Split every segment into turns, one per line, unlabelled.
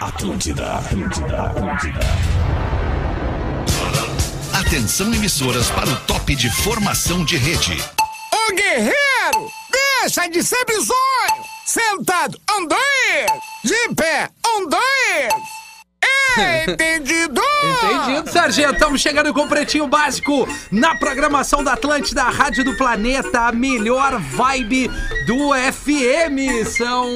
Atlântida, Atlântida, Atlântida.
Atenção emissoras para o top de formação de rede.
Ô guerreiro, deixa de ser bizonho! Sentado, um, dois! De pé, um, dois! Entendido!
Entendido, Sargento. Estamos chegando com o Pretinho Básico na programação da Atlântida, a Rádio do Planeta, a melhor vibe do FM. São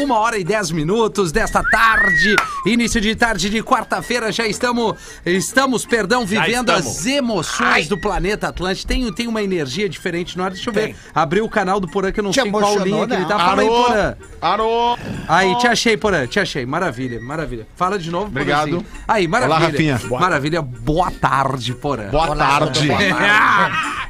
uma hora e dez minutos desta tarde, início de tarde de quarta-feira. Já estamos, estamos, perdão, vivendo as emoções do planeta Atlântida. Tem, tem uma energia diferente na hora. Deixa eu ver. Abrir o canal do Porã, que eu não
Te
sei qual linha
emocionou, né?
que ele
não?
tá. Fala aí, Porã. Aí, te achei, Porã, te achei. Maravilha, maravilha. Fala de novo,
Obrigado.
Porãzinho. Aí, maravilha.
Olá, Rafinha. Boa-
Maravilha, boa tarde, Porã.
Boa tarde.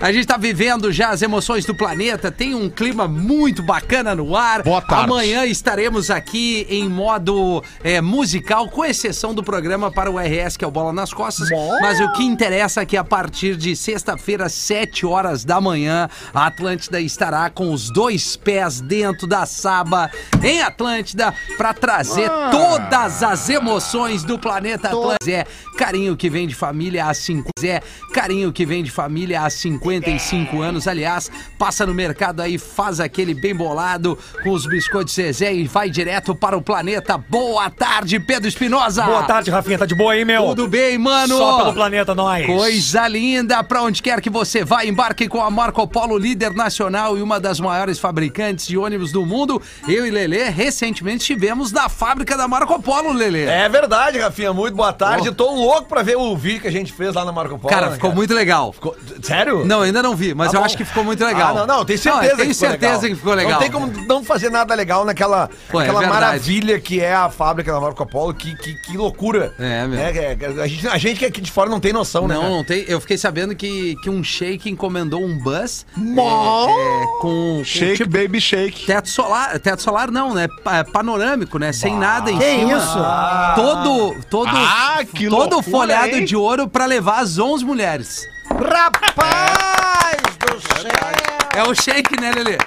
A gente tá vivendo já as emoções do planeta, tem um clima muito bacana no ar.
Boa tarde.
Amanhã estaremos aqui em modo eh, musical, com exceção do programa para o RS, que é o Bola nas Costas. Mas o que interessa é que a partir de sexta-feira, 7 horas da manhã, a Atlântida estará com os dois pés dentro da Saba em Atlântida para trazer todas as emoções do planeta Atlântida. É carinho que vem de família há 50 é carinho que vem de família há 55 anos. Aliás, passa no mercado aí, faz aquele bem bolado com os biscoitos Zezé e vai direto para o planeta. Boa tarde, Pedro Espinosa.
Boa tarde, Rafinha. Tá de boa aí, meu?
Tudo bem, mano?
Só pelo planeta,
É
nós.
Coisa linda, pra onde quer que você vá, embarque com a Marco Polo, líder nacional e uma das maiores fabricantes de ônibus do mundo. Eu e Lelê recentemente estivemos na fábrica da Marco Polo, Lelê.
É verdade, Rafinha. Muito boa tarde. Tô louco pra ver o vídeo que a gente fez lá na Marco Polo.
Cara,
né,
ficou muito legal.
Ficou- Sério?
Não, ainda não vi, mas
Tá
eu
bom.
acho que ficou muito legal.
Ah, não, não, tenho certeza,
eu tenho
que, ficou
certeza
legal.
que ficou legal.
Não tem como não fazer nada legal naquela
Pô, é
aquela
verdade.
maravilha que é a fábrica da Marco Polo. Que, que, que loucura.
É, meu.
Né, que- que- A gente, a gente que é aqui de fora não tem noção, né?
Não,
cara?
não tem. Eu fiquei sabendo que, que um shake encomendou um bus é, é, com, com
Shake,
tipo,
baby shake.
teto solar. Teto solar não, né? Pa- Panorâmico, né? Sem nada em cima. Ah.
isso?
Todo, todo,
Ah, que
todo
loucura,
folhado
hein?
de ouro pra levar as 11 mulheres.
Rapaz do céu!
É o shake, né, Lelê?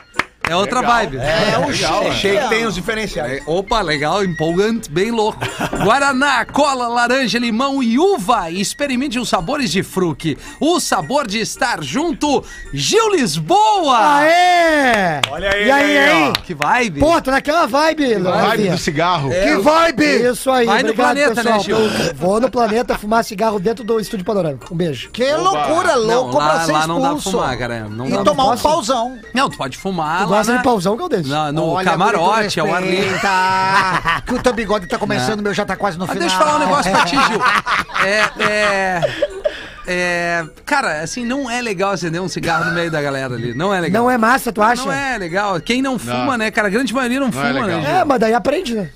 É outra vibe.
É, um
né?
shake. Shake tem os diferenciais.
Opa, legal, empolgante, bem louco. Guaraná, cola, laranja, limão e uva. Experimente os sabores de fruque. O sabor de estar junto, Gil Lisboa.
Aê!
Olha aí,
E aí,
olha aí,
aí?
Que vibe.
Pô, tô naquela vibe,
Vibe
Rafinha.
do cigarro.
Que vibe! Isso aí,
Vai no
obrigado,
planeta,
pessoal.
né, Gil?
Vou no planeta fumar cigarro dentro do estúdio panorâmico. Um beijo.
Que loucura,
Não,
louco
lá,
pra ser
lá não dá pra
expulso.
fumar, cara. Não,
E
dá...
tomar um
posso.
pauzão.
não tu pode fumar
Tu
lá né?
gosta
na-
de pausão que eu deixo.
na- no
Olha,
camarote, ao ar livre.
Eita!
Que o teu bigode tá começando, meu já tá quase no
Mas deixa eu falar um negócio pra ti, Gil. É, é... É, cara, assim, não é legal acender um cigarro no meio da galera ali. Não é legal.
Não é massa, tu acha?
Não é legal. Quem não fuma, né, cara? A grande maioria não,
é
fuma,
legal.
né, Gil?
É, mas daí aprende, né?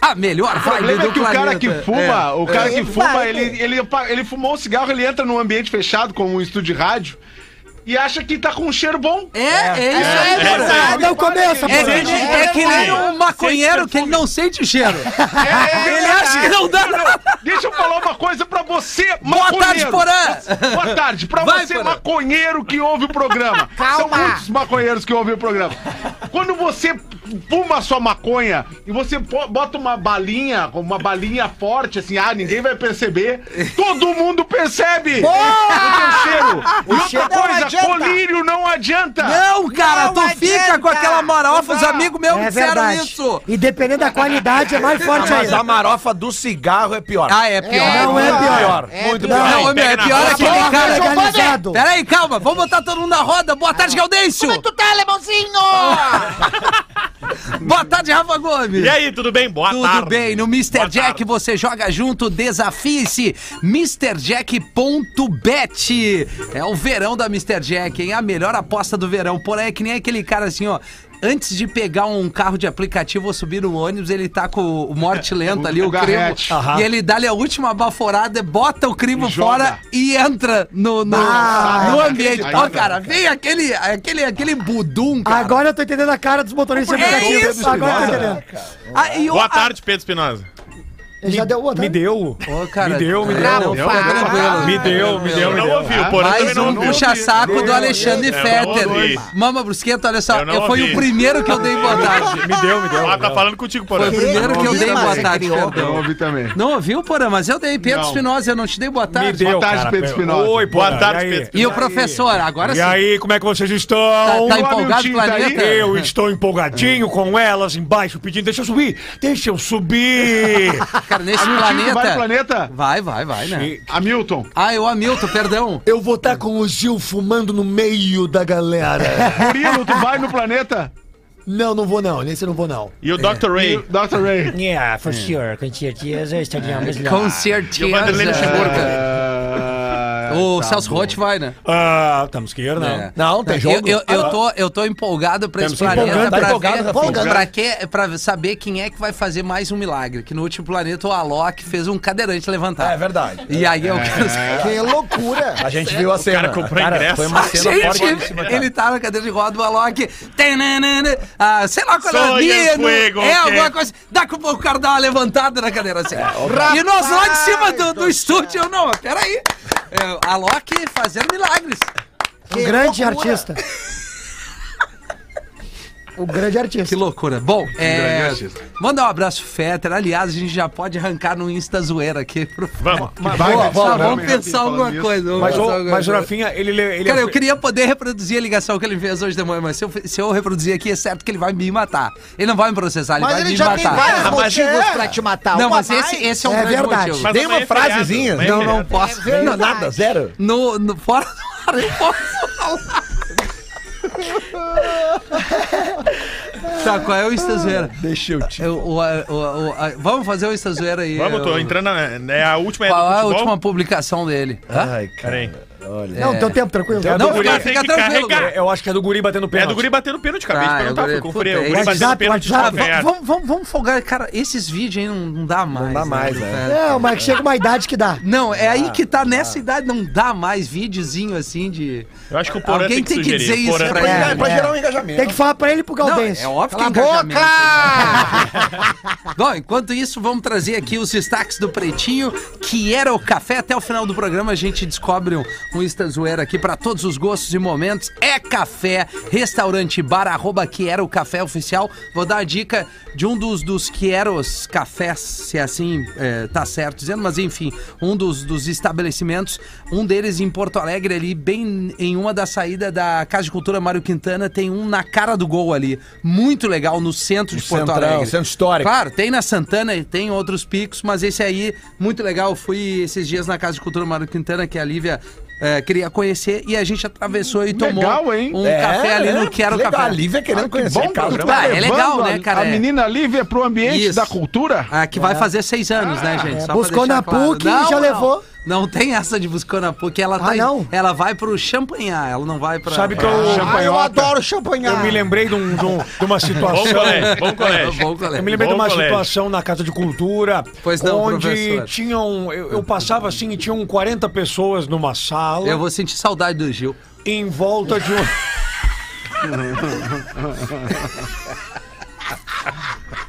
A melhor
O
vibe
problema
do
é que o cara
planeta.
que fuma,
É.
o
É,
cara que fuma,
vai.
ele, ele, ele fumou um cigarro, ele entra num ambiente fechado, como um estúdio de rádio, e acha que tá com um cheiro bom.
É, é, isso aí,
É,
cara.
não, começa,
É, que
pô.
ele- é que ele é um maconheiro que ele não sente o cheiro.
É
Ele acha que não dá nada.
Deixa eu falar uma coisa pra você,
Boa tarde,
maconheiro.
Porã.
Boa tarde, pra
Vai,
você,
Porã.
maconheiro que ouve o programa. São muitos maconheiros que ouvem o programa. Quando você fuma a sua maconha e você po- bota uma balinha, uma balinha forte, assim, ah, ninguém vai perceber, todo mundo percebe! O teu cheiro! E outra coisa, colírio não adianta!
Não, cara, tu fica com aquela marofa. Os amigos meus me
É
disseram
verdade.
isso.
E dependendo da qualidade, é mais forte
Ah, Mas a
ainda.
marofa do cigarro é pior.
Ah, é pior.
Não é pior.
Muito
pior.
Não, meu, é pior aquele
boca,
cara que...
legalizado.
Peraí, calma, vamos botar todo mundo na roda. Boa tarde, Gaudêncio. Como é que tu tá, alemãozinho? Boa tarde, Rafa Gomes.
E aí, tudo bem? Boa
Tudo
tarde.
bem, no Mr.
Boa
Jack
tarde.
você joga junto, desafie-se. MrJack.bet é o verão da Mr. Jack, hein? A melhor aposta do verão. Porém, é que nem aquele cara assim, ó. Antes de pegar um carro de aplicativo ou subir no ônibus, ele tá com o morte lento ali,
O
o crimo.
garrete.
E ele dá-lhe a última baforada, bota o crimo
E joga.
fora e entra no, no,
Ah,
no
é
ambiente. Ó,
inacreditável.
cara, vem aquele, aquele, aquele budum, cara.
Agora eu tô entendendo a cara dos motoristas.
É
aplicativos.
isso,
Agora eu tô entendendo.
Ah, e o-
Boa
a-
tarde, Pedro Espinosa.
Ele já deu outra.
Me
né?
deu.
Ô, cara, é,
Me deu, me
não,
deu.
fica tranquilo.
Me deu, me deu, me
Não
deu.
ouvi, o Porã também
Mais
não
um
ouviu.
puxa-saco do Alexandre
não
Fetter.
ouvi.
Mama Brusqueta, olha só,
Eu não
eu- foi o
ouvi.
primeiro que eu dei boa tarde.
Me deu, me deu.
Ah, tá falando contigo, Porã.
Foi o primeiro que eu dei boa
Mas é
tarde,
crioulo.
Então, Eu
perdão.
ouvi também.
Não ouviu, Porã? Mas eu dei. Pedro
Não.
Espinosa, eu não te dei boa
Me
tarde.
deu,
tarde,
cara.
Pedro Espinosa.
Oi, Porã,
Boa tarde,
e aí?
Pedro
E o professor, agora
E
sim.
aí, como é que vocês estão?
tá, tá
o
empolgado,
Hamilton tá aí?
planeta?
Eu estou empolgadinho com elas embaixo pedindo, deixa eu subir, deixa eu subir.
Cara, nesse
Hamilton, vai no
planeta.
planeta?
Vai, vai, vai, né?
Hamilton.
Ah, eu Hamilton, perdão.
Eu vou estar com o Gil fumando no meio da galera.
Murilo, tu vai no planeta?
não, não vou não. Nesse eu não vou não.
E o Dr. Ray.
Dr. Ray.
Yeah, for sure. Com certeza estaríamos tá lá.
Com certeza.
E o Vanderlei Luxemburgo.
Ah,
O
tá
Celso
bom.
Roth vai, né?
ah, estamos que ir, não.
É.
Não, tem
Eu-
jogo.
Eu, eu, tô, eu tô empolgado pra esse
que ir
planeta
empolgando, tá
pra,
empolgado,
ver,
Rafinha.
pra, que, pra saber quem é que vai fazer mais um milagre. Que no último planeta o Alok fez um cadeirante levantar.
É verdade. É,
E aí eu quero saber.
Que loucura.
A gente viu a cena.
comprou ingresso.
Foi uma cena fortíssima.
Gente,
cara.
ele tá na cadeira de roda, o Alok. Tananana, ah, sei lá qual é
Sonha
Nino,
fuego,
É
ok.
alguma coisa. Dá com o cara dá uma levantada na cadeira assim.
É,
e nós lá de cima do, do estúdio, eu não, peraí. É, Alok fazendo milagres.
Um grande artista. O grande
Que
artista.
loucura. Bom, é.
grande artista.
Mandar um abraço, Fetter. Aliás, a gente já pode arrancar no Insta zoeira aqui. Pro...
Vamos.
Vai,
Boa,
vai,
boa,
vai,
vamos
vai,
pensar
falando
alguma
nisso.
coisa. vamos
Mas,
pensar
o,
alguma
mas o
coisa.
Rafinha, ele, ele é
Cara, eu queria poder reproduzir a ligação que ele fez hoje de manhã, mas se eu, se eu reproduzir aqui, é certo que ele vai me matar. Ele não vai me processar, ele
Mas
vai
ele
me
já tem
matar.
vários motivos pra te matar.
Não,
Um a
mas esse,
mais.
esse é um
É
grande
verdade.
motivo.
Mas
Dei uma
amanhã é feriado,
frasezinha.
amanhã é
Não,
feriado.
não posso.
verdade.
Nada, zero.
No, no, fora do ar, eu posso falar. tá, qual é o Insta zoeira?
Deixa eu te.
Eu- o- a- o- o- a- vamos fazer o Insta zoeira aí.
Vamos, tô
eu-
entrando. na- É a última. é do
Qual é a
futebol?
última publicação dele? Hã?
Ai, cara.
Peraí.
Olha.
Não, teu tempo, tranquilo.
É do
Não,
guri,
fica,
tem
fica
que
tranquilo.
carregar.
Eu acho que é do guri batendo
É
pênalti.
do guri batendo pênalti, acabei
Tá,
de perguntar,
é o guri-
fui conferir. O
puta,
guri
é
batendo
WhatsApp,
pênalti de
WhatsApp.
qualquer.
Vamos, vamos, vamos folgar. Cara, esses vídeos aí não, não dá mais.
dá mais, né?
Não, mas chega uma idade que dá.
Não, é aí que tá, nessa idade não dá mais videozinho assim de.
Eu acho que o Porã tem
Alguém
que
tem que
sugerir.
dizer isso
Porã
pra
tem que-
ele.
É, pra
é.
gerar um engajamento.
Tem que falar pra ele e pro
Não,
Galdense.
é óbvio que
Cala a
engajamento.
boca!
Bom, enquanto isso, vamos trazer aqui os destaques do Pretinho, que era o café. Até o final do programa a gente descobre um, um Insta zoeira aqui para todos os gostos e momentos. É café, restaurante bar, arroba que era o café oficial. Vou dar a dica de um dos, dos que era os cafés, se assim é, tá certo dizendo, mas enfim, um dos, dos estabelecimentos, um deles em Porto Alegre ali, bem em uma da saída da Casa de Cultura Mário Quintana, tem um na cara do gol ali, muito legal, no centro de Porto
Centrão,
Alegre.
centro histórico.
Claro, Ah, tem na Santana e tem outros picos, mas esse aí, muito legal. Eu Fui esses dias na Casa de Cultura Mário Quintana, que a Lívia eh, queria conhecer, e a gente atravessou e tomou
Legal, hein?
um
É,
café ali no
é,
Quero
legal,
Café.
A Lívia querendo conhecer
Bom,
o cara.
tu
Ah,
tá
é legal,
levando a-
né, cara?
A menina Lívia pro ambiente
Isso.
da cultura?
Ah, que vai fazer seis anos, né, gente? Só pra
buscou
deixar
na PUC e já levou.
Não tem essa de buscou na PUC. Ela, tá,
Ah, não?
ela vai pro champanhar, ela não vai pra...
Sabe que
pra...
eu,
Ah, eu adoro champanhar.
eu me lembrei de, um- de um- de uma
Bom
situação.
colégio, bom colégio.
Bom, colega.
Eu me lembrei de
Bom
uma
colégio.
situação na Casa de Cultura,
Pois não,
onde
professor.
tinham. Eu, eu passava assim e tinham 40 pessoas numa sala
Eu vou sentir saudade do Gil.
em volta de um.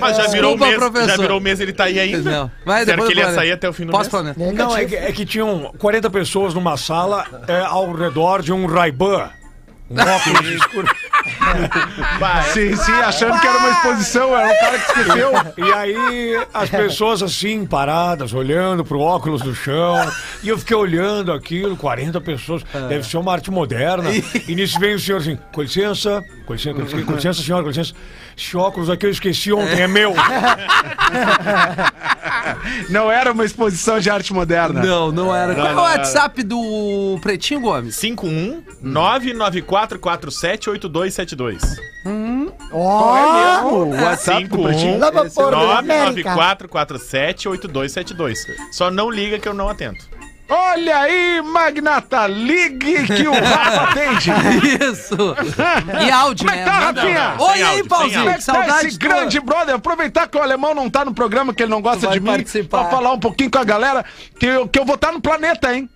Mas já virou o
Desculpa,
mês. Já
professor.
virou o mês, ele tá aí ainda.
Não, mas
Será
depois
que ele
do
ia
planeta.
sair até o fim do
Posso né?
mês?
planejar?
Não, é que, é que tinham 40 pessoas numa sala é, ao redor de um Ray-Ban. Um óculos escuro.
é.
Sim, sim, achando que era uma exposição, era um cara que esqueceu.
E aí, as pessoas assim, paradas, olhando pro óculos do chão. E eu fiquei olhando aquilo, 40 pessoas. Deve ser uma arte moderna. E nisso vem o senhor assim, com licença, com licença, com licença, com licença, senhora, com licença. Esse óculos aqui eu esqueci ontem, é meu.
Não era uma exposição de arte moderna.
Não, não era. Qual é o
não era.
WhatsApp do Pretinho Gomes?
51 994478272.
Ó,
O WhatsApp do Pretinho.
51
lá pra porra da América.
994478272. Só não tipo, liga que eu não atendo.
Olha aí, Magnata, ligue que o Rafa atende.
Isso! E áudio,
Como é
né?
que tá,
Manda-
Rafinha?
Oi,
Sem
aí,
áudio, sem
Pauzinho,
áudio.
que
Tá
saudade.
esse
tua.
grande brother, aproveitar que o alemão não tá no programa, que ele não gosta
vai
de mim,
participar.
pra falar um pouquinho com a galera, que eu, que eu vou estar no planeta, hein?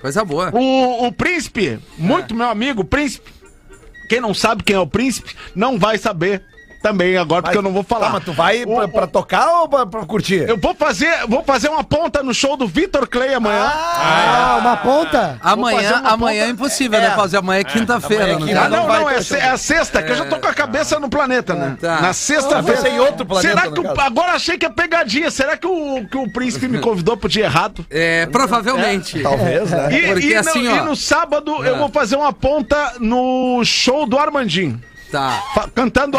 Coisa boa.
O, o
Ah.
príncipe, muito meu amigo, o príncipe. Quem não sabe quem é o príncipe, não vai saber. também agora, porque eu não vou falar.
Tá, mas tu vai
O-
pra, pra tocar ou pra, pra curtir?
É. Eu vou fazer, vou fazer uma ponta no show do Vitor Clay amanhã.
Ah, uma ponta?
Amanhã, amanhã é impossível, né, Fauzi? Amanhã é quinta-feira. não
Ah,
dá,
não, não,
vai ter
é,
show.
se- é a sexta, que eu já tô com a cabeça no planeta, né?
Tá.
Na sexta-feira.
Você em outro planeta,
Será que
no
o-
caso.
agora achei que é pegadinha? Será que o, que o príncipe me convidou pro dia errado?
É, provavelmente.
Talvez, né?
E,
Porque
e
assim,
no,
ó. É.
e no sábado eu vou fazer uma ponta no show do Armandinho.
Tá.
Fa- Cantando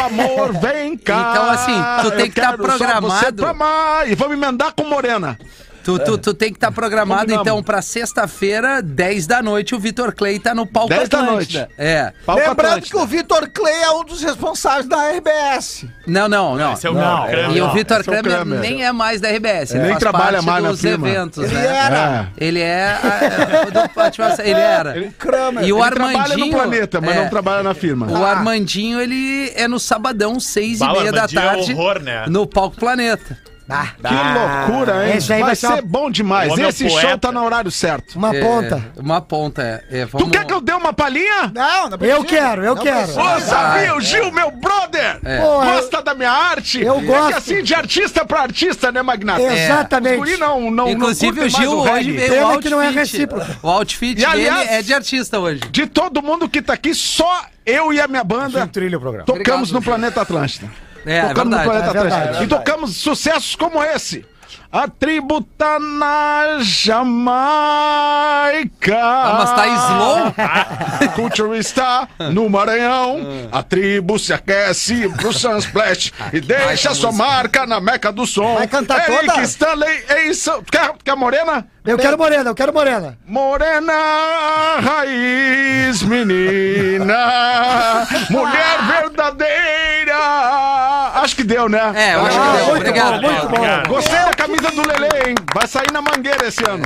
amor, vem cá.
Então, assim, tu tem
eu
que tá
quero só
programado.
você pra amar. E vou me emendar com Morena.
Tu, tu, tu tem que estar programado,
Combinamos.
então, pra sexta-feira, 10 da noite, o Vitor Clay tá no palco
10 da
Atlântida.
noite.
É.
Palco
Lembrando que
Atlântida.
o Vitor Clay é um dos responsáveis da RBS.
Não, não, não.
Esse é o
Não,
Kramer.
E o Vitor
esse é o
Kramer
Kramer.
nem é mais da RBS, ele
Nem
faz
trabalha
parte
mais na
dos
firma.
eventos,
Ele
né?
era.
Ele é. a- a- do Pátio Massa- ele era.
Kramer.
E o
É, Ele trabalha no
Armandinho.
planeta, mas
é,
não trabalha na firma.
O Armandinho, ele é no sabadão, seis
Bah,
e
o
meia da
Armandinho é
tarde.
horror, né?
No Palco Planeta.
Que loucura, hein?
Ah, esse aí vai ser uma-
bom
O
demais.
homem é
Esse
poeta.
show tá no horário certo.
Uma
É,
ponta.
Uma ponta, é. é,
Tu
vamos-
quer que eu dê uma palhinha?
Ah,
Não, não
Eu quero, eu quero.
Ô, Sabinho, Gil, meu brother!
É. Pô,
Gosta da minha arte?
Eu
É que
gosto.
assim, de artista pra artista, né, Magnata? Os
É. Exatamente.
guri não, não,
Inclusive,
não
o
curtem
Gil
um mais reggae.
hoje veio o
Pena
outfit.
que não é recíproco.
O outfit
E, aliás-
dele é de artista hoje.
De todo mundo que tá aqui, só eu e a minha banda
Trilha o programa.
tocamos
Obrigado,
no
Gil.
Planeta Atlântida.
É, é
tocamos no
verdade.
Planeta
É verdade,
Atlântida.
é
e tocamos sucessos como esse. A tribo tá na Jamaica.
Ah, mas tá slow?
A Culture está no Maranhão. A tribo se aquece pro Sunsplash e deixa sua marca na meca do som.
Vai cantar
Eric
toda?
Stanley em São... Quer, quer morena?
Eu quero morena, eu quero morena.
Morena raiz, menina, mulher verdadeira. Acho que deu, né?
É, eu acho
Ah,
que deu.
muito
Obrigado.
bom, muito bom.
Gostei da camisa do Lele, hein? Vai sair na mangueira esse ano.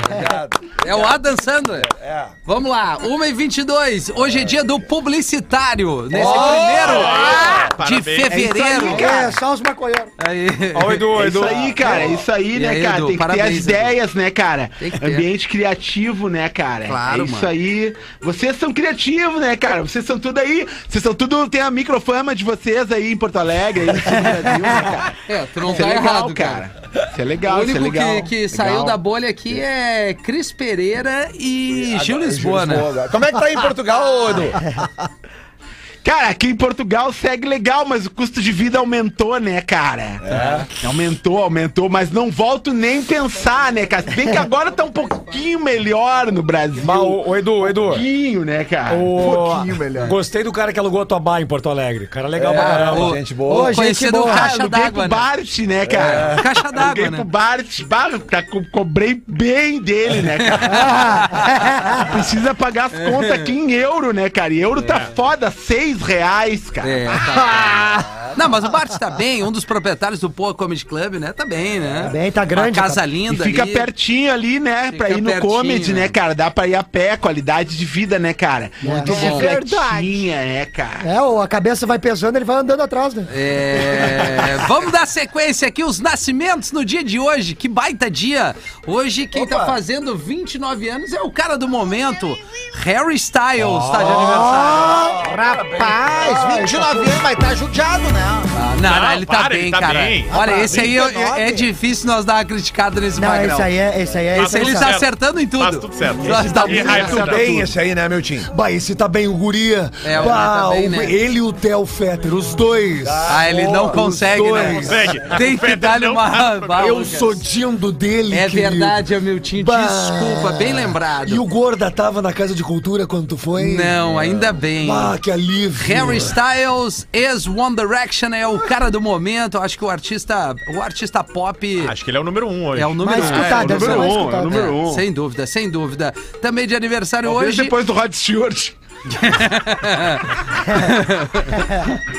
É o Adam Sandler.
É.
Vamos lá, 1h22. Hoje é dia do publicitário. Nesse
Oh!
primeiro de
Parabéns.
fevereiro.
É, só os maconheiros.
Aí.
Ó, o Edu, Edu.
cara, É isso aí,
E aí, Edu, parabéns, Edu.
né, cara?
Tem que ter.
criativo, né, cara?
Claro, mano.
aí. Vocês são criativos, né, cara? Vocês são tudo aí. Vocês são tudo. Tem a microfama de vocês aí em Porto Alegre, aí no sul do Brasil, né, cara?
É, tu não
Isso
tá
é legal,
errado, cara.
cara. Isso é legal,
o
isso
único
é legal.
que, que
Legal.
saiu da bolha aqui é Cris Pereira e Gil Lisboa, né?
Como é que tá aí em Portugal, ô, Edu?
Cara, aqui em Portugal segue legal, mas o custo de vida aumentou, né, cara? Aumentou, aumentou, mas não volto nem pensar, né, cara? Se bem que agora tá um pouquinho melhor no Brasil.
Mas, ô, ô, Ah, Edu, Edu.
Um pouquinho, né, cara?
ô,
pouquinho melhor.
Gostei do cara que alugou a tua bar em Porto Alegre. Cara
É.
legal pra
Ah,
caramba.
gente boa.
Ô, gente
Conhecido
boa.
Ah,
Caixa
aluguei pro
d'água, né?
Bart, né, cara?
Caixa
Aluguei
d'água,
pro
né?
Bart, bah, tá, co- cobrei bem dele, né, cara? Precisa pagar as contas aqui em euro, né, cara? E euro tá foda, seis reais, cara. Ah!
É, tá, tá. Não, mas o Bart tá bem, um dos proprietários do Poa Comedy Club, né? Tá bem, né? Tá
bem, tá grande,
Uma casa
tá-
E
linda
fica
ali.
pertinho ali, né?
Fica
pra ir no
pertinho,
comedy,
né?
né, cara? Dá pra ir a pé, qualidade de vida, né, cara? Muito
bom.
Verdade. né, cara?
É, ou a cabeça vai pesando, ele vai andando atrás, né?
É, vamos dar sequência aqui, os nascimentos no dia de hoje. Que baita dia! Hoje quem tá fazendo 29 anos é o cara do momento, Harry Styles, tá de aniversário.
Rapaz, 29 anos, mas tá judiado, né?
Ah, não, não, ele tá
para,
bem,
ele tá
cara.
bem. tá
Olha, esse aí é,
29.
é difícil nós dar uma criticada nesse
Não,
magrão.
esse aí é, esse aí é.
Mas
Esse aí
Ele
Tudo
tá
certo.
acertando em tudo.
Faz tudo certo.
Nós tá muito
erra
certo.
tudo.
Bem esse aí, né, meu time?
Bah, esse tá bem, o guria.
É, o
bah,
Guria tá bem,
o-
né?
Ele e o Theo Fetter, os dois.
Ah, ele não consegue, né?
dois.
Consegue.
Tem
O
que
Federer
dar-lhe
não
uma...
passa.
Bah,
Eu
Lucas.
sou dindo dele,
É
querido.
verdade, Hamilton,
Bah.
desculpa, bem lembrado.
E o Gorda tava na Casa de Cultura quando tu foi?
Não,
É.
ainda bem.
Ah, que alívio.
Harry Styles, ex One Direction, é o cara do momento. Eu Acho que o artista, o artista pop
Acho que ele é o número um hoje.
é o número
Mais
um.
escutado,
é, o
deve ser
número
mais
um, é o
escutado.
número
né?
É,
um.
Sem dúvida, sem dúvida. Também de aniversário um hoje,
Depois do Rod Stewart.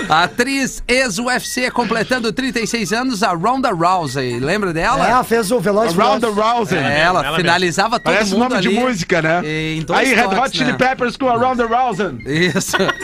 a atriz ex-UFC completando 36 anos, a Ronda Rousey. Lembra
É,
dela?
ela fez o Veloz
Round the
Veloz.
Rousing.
É, ela,
ela
finalizava todo
Parece o
mundo
nome de
ali É,
música, né?
em dois
Aí, Red
toques,
Hot Chili
né?
Peppers com Around the Rousing.
Isso.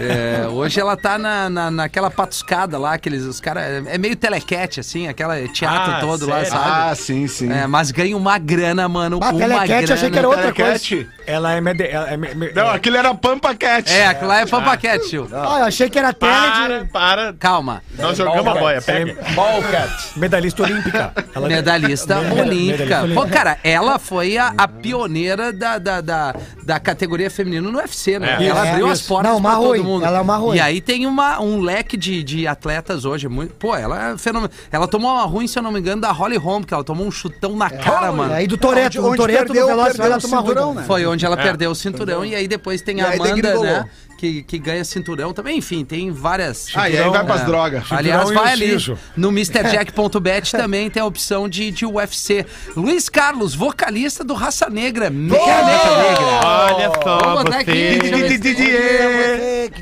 É, hoje ela tá na, na, naquela patuscada lá, aqueles os caras. É meio telequete, assim, aquela teatro
Ah,
todo lá,
sério?
sabe?
sim, sim.
É, mas ganha uma grana, mano.
Ah,
uma
telequete,
grana.
achei que era outra coisa.
Telecat.
Ela é. Mede... ela é me- me-
Não, aquilo era Pampa Cat.
É, ah, aquilo lá é papaquete, tio.
Ah, eu achei que era tele
Para,
de...
para.
Calma.
Nós jogamos a boia, pega.
Ballcat.
medalhista olímpica. Ela
Medalhista
Medalha-
olímpica.
medalhista
Pô, cara, ela foi a, a pioneira da, da, da, da categoria feminina no UFC, né?
É.
Ela
É,
abriu as
isso.
portas
Não,
pra
Marroi.
todo mundo.
Ela é uma Marroi.
E aí tem uma, um leque de, de atletas hoje. Muito... Pô, ela é fenomenal. Ela tomou uma ruim, se eu não me engano, da Holly Holm, que ela tomou um chutão na cara, mano.
É. Aí do Toreto, o
Onde
Toreto no
perdeu,
Velocity
perdeu
ela
o
toma
cinturão,
ruim.
né?
Foi onde ela perdeu o cinturão e aí depois tem a
aí
Amanda,
degringolou.
né? Que, que ganha cinturão também, enfim, tem várias.
Ah, e aí vai pras
É.
drogas.
Aliás,
Cinturão e
vai
o
ali
siso.
no MrJack.bet também tem a opção de, de UFC. Luiz Carlos, vocalista do Raça Negra. Mecânica Negra.
Olha
Vou
só
botar aqui.
você.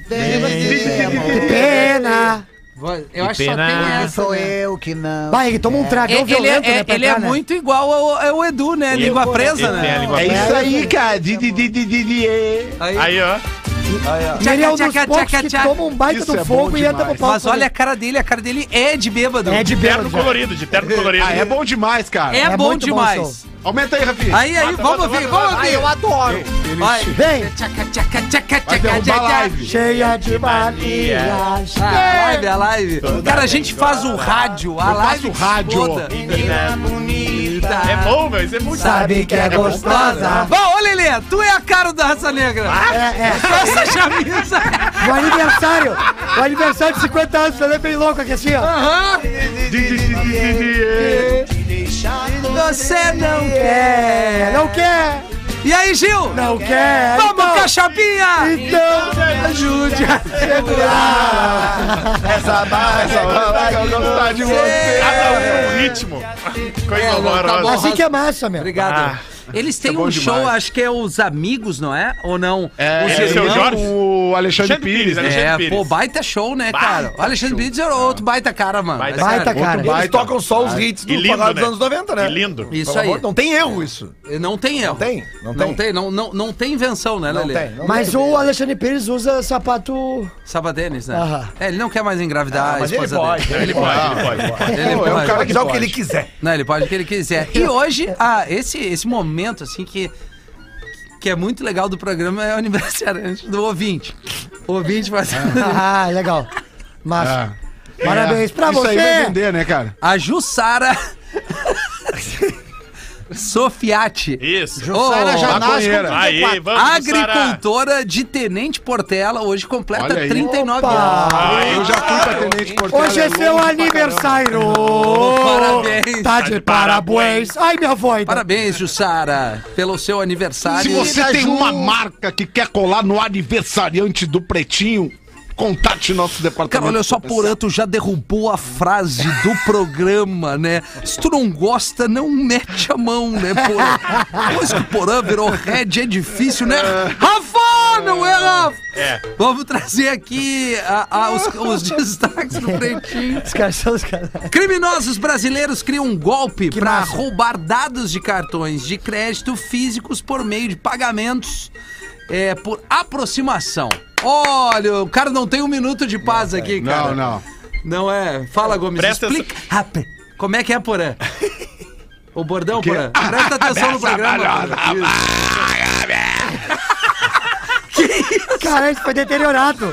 Que pena!
Vai- Eu acho que só
pena.
tem essa.
Sou
né?
eu que não.
Vai, ele toma um
É,
tragão
ele é,
violento, né? pra
ele é
entrar, né?
muito igual ao, ao Edu, né? Língua
Ele tem
presa,
a
né?
língua
É
presa.
isso aí, cara. Di, di, di, di, di, di, é.
Aí, ó.
E ele é um dos
Tchaca,
poucos
tchaca,
que
tchaca.
toma um baita
Isso
do
é
fogo
bom
e entra
demais.
no palco.
Mas olha a cara dele, a cara dele é de bêbado.
É de
Terno
belo. já.
colorido, de terno colorido.
Ah, é bom demais, cara.
É
É
bom
muito bom o
demais.
som.
Aumenta aí, Rafinha.
Aí, aí, vamos ouvir, vamos ouvir.
adoro.
Vai.
Vem!
Tchaca, tchaca, tchaca, tchaca,
Vai derrubar a
tchaca.
live.
Cheia de manias.
Ah, a live, a live. Cara, a gente faz o rádio, a live.
faço rádio.
toda.
É bom, velho. Isso é muito
Sabe que é gostosa.
Bom, ô Lelê, tu é a cara da raça negra.
É,
Nossa camisa.
é. O aniversário. O aniversário de 50 anos. Você é bem louco aqui assim,
Ah.
ó.
Você não
É,
quer.
não quer.
E aí, Gil?
Não quer.
Toma,
então.
cachapinha.
Então,
Ajude a
segurar.
Essa barra, essa barra.
Eu vou gostar de
você.
você.
Cada um um ritmo. Coisa
É, não, tá
horrorosa.
Assim que é massa, meu.
Obrigado.
Ah, tá
Eles têm
é bom
um
demais.
show, acho que é os amigos, não é? Ou não? os
esse é o
irmãos?
Jorge?
O Alexandre
Alexandre Pires,
Pires, né?
Alexandre
É,
Pires.
pô, baita show, né, cara? O Alexandre Pires era outro baita cara, mano.
Baita
Mas,
cara.
Baita cara.
Eles tocam só os hits do
E lindo,
pagode dos
né?
anos 90, né?
E lindo.
Isso
Pelo
aí.
amor- Não tem erro isso.
Não tem erro.
tem, não
Não
tem.
tem, não, não, não tem invenção, né,
Não
Lelê?
tem. não
Mas
tem.
o Alexandre Pires usa sapato.
Sapatênis, né?
Aham.
É, ele não quer mais engravidar a
Ah, Mas ele
Ah, esposa
pode.
dele.
Ele pode.
Pode, pode, pode.
Ele
Pô, É um
pode.
cara que dá o que ele quiser.
Não, ele pode o que ele quiser. E hoje, ah, esse, esse momento, assim, que, que é muito legal do programa é o aniversário do ouvinte. O ouvinte vai...
Ah, legal. Massa.
É.
Parabéns pra
Ah, é. Isso aí vai
você.
vender, né, cara?
A Jussara... Sofiati.
Isso.
Ô,
Maconheira.
Aí, vamos. Sara.
Agricultora de Tenente Portela, hoje completa
Olha aí.
39 anos.
Opa.
Aí,
Ah, Eu já fui pra Tenente Portela.
Hoje é
longe
seu
pra
aniversário.
Parabéns.
Tá de parabéns. Ai, minha então. voz.
Parabéns, Jussara, pelo seu aniversário.
Se você tem uma marca que quer colar no aniversariante do Pretinho, contate nosso
Cara,
departamento.
olha só, Porã, tu já derrubou a frase do programa, né? Se tu não gosta, não mete a mão, né, Porã? Depois que o Porã virou head, é difícil, né? Rafa, não é, Rafa?
É.
Vamos trazer aqui a- a- os, os destaques do Pretinho.
Os caras são os caras.
Criminosos brasileiros criam um golpe para
massa.
roubar dados de cartões de crédito físicos por meio de pagamentos é, por aproximação. Olha, o cara não tem um minuto de paz aqui, cara.
Não, não.
Não é? Fala, Gomes,
Presta
explica rápido. Como é que é, Porã? O bordão, Porã. Presta atenção no programa. Porã. Isso.
Cara, isso foi deteriorado.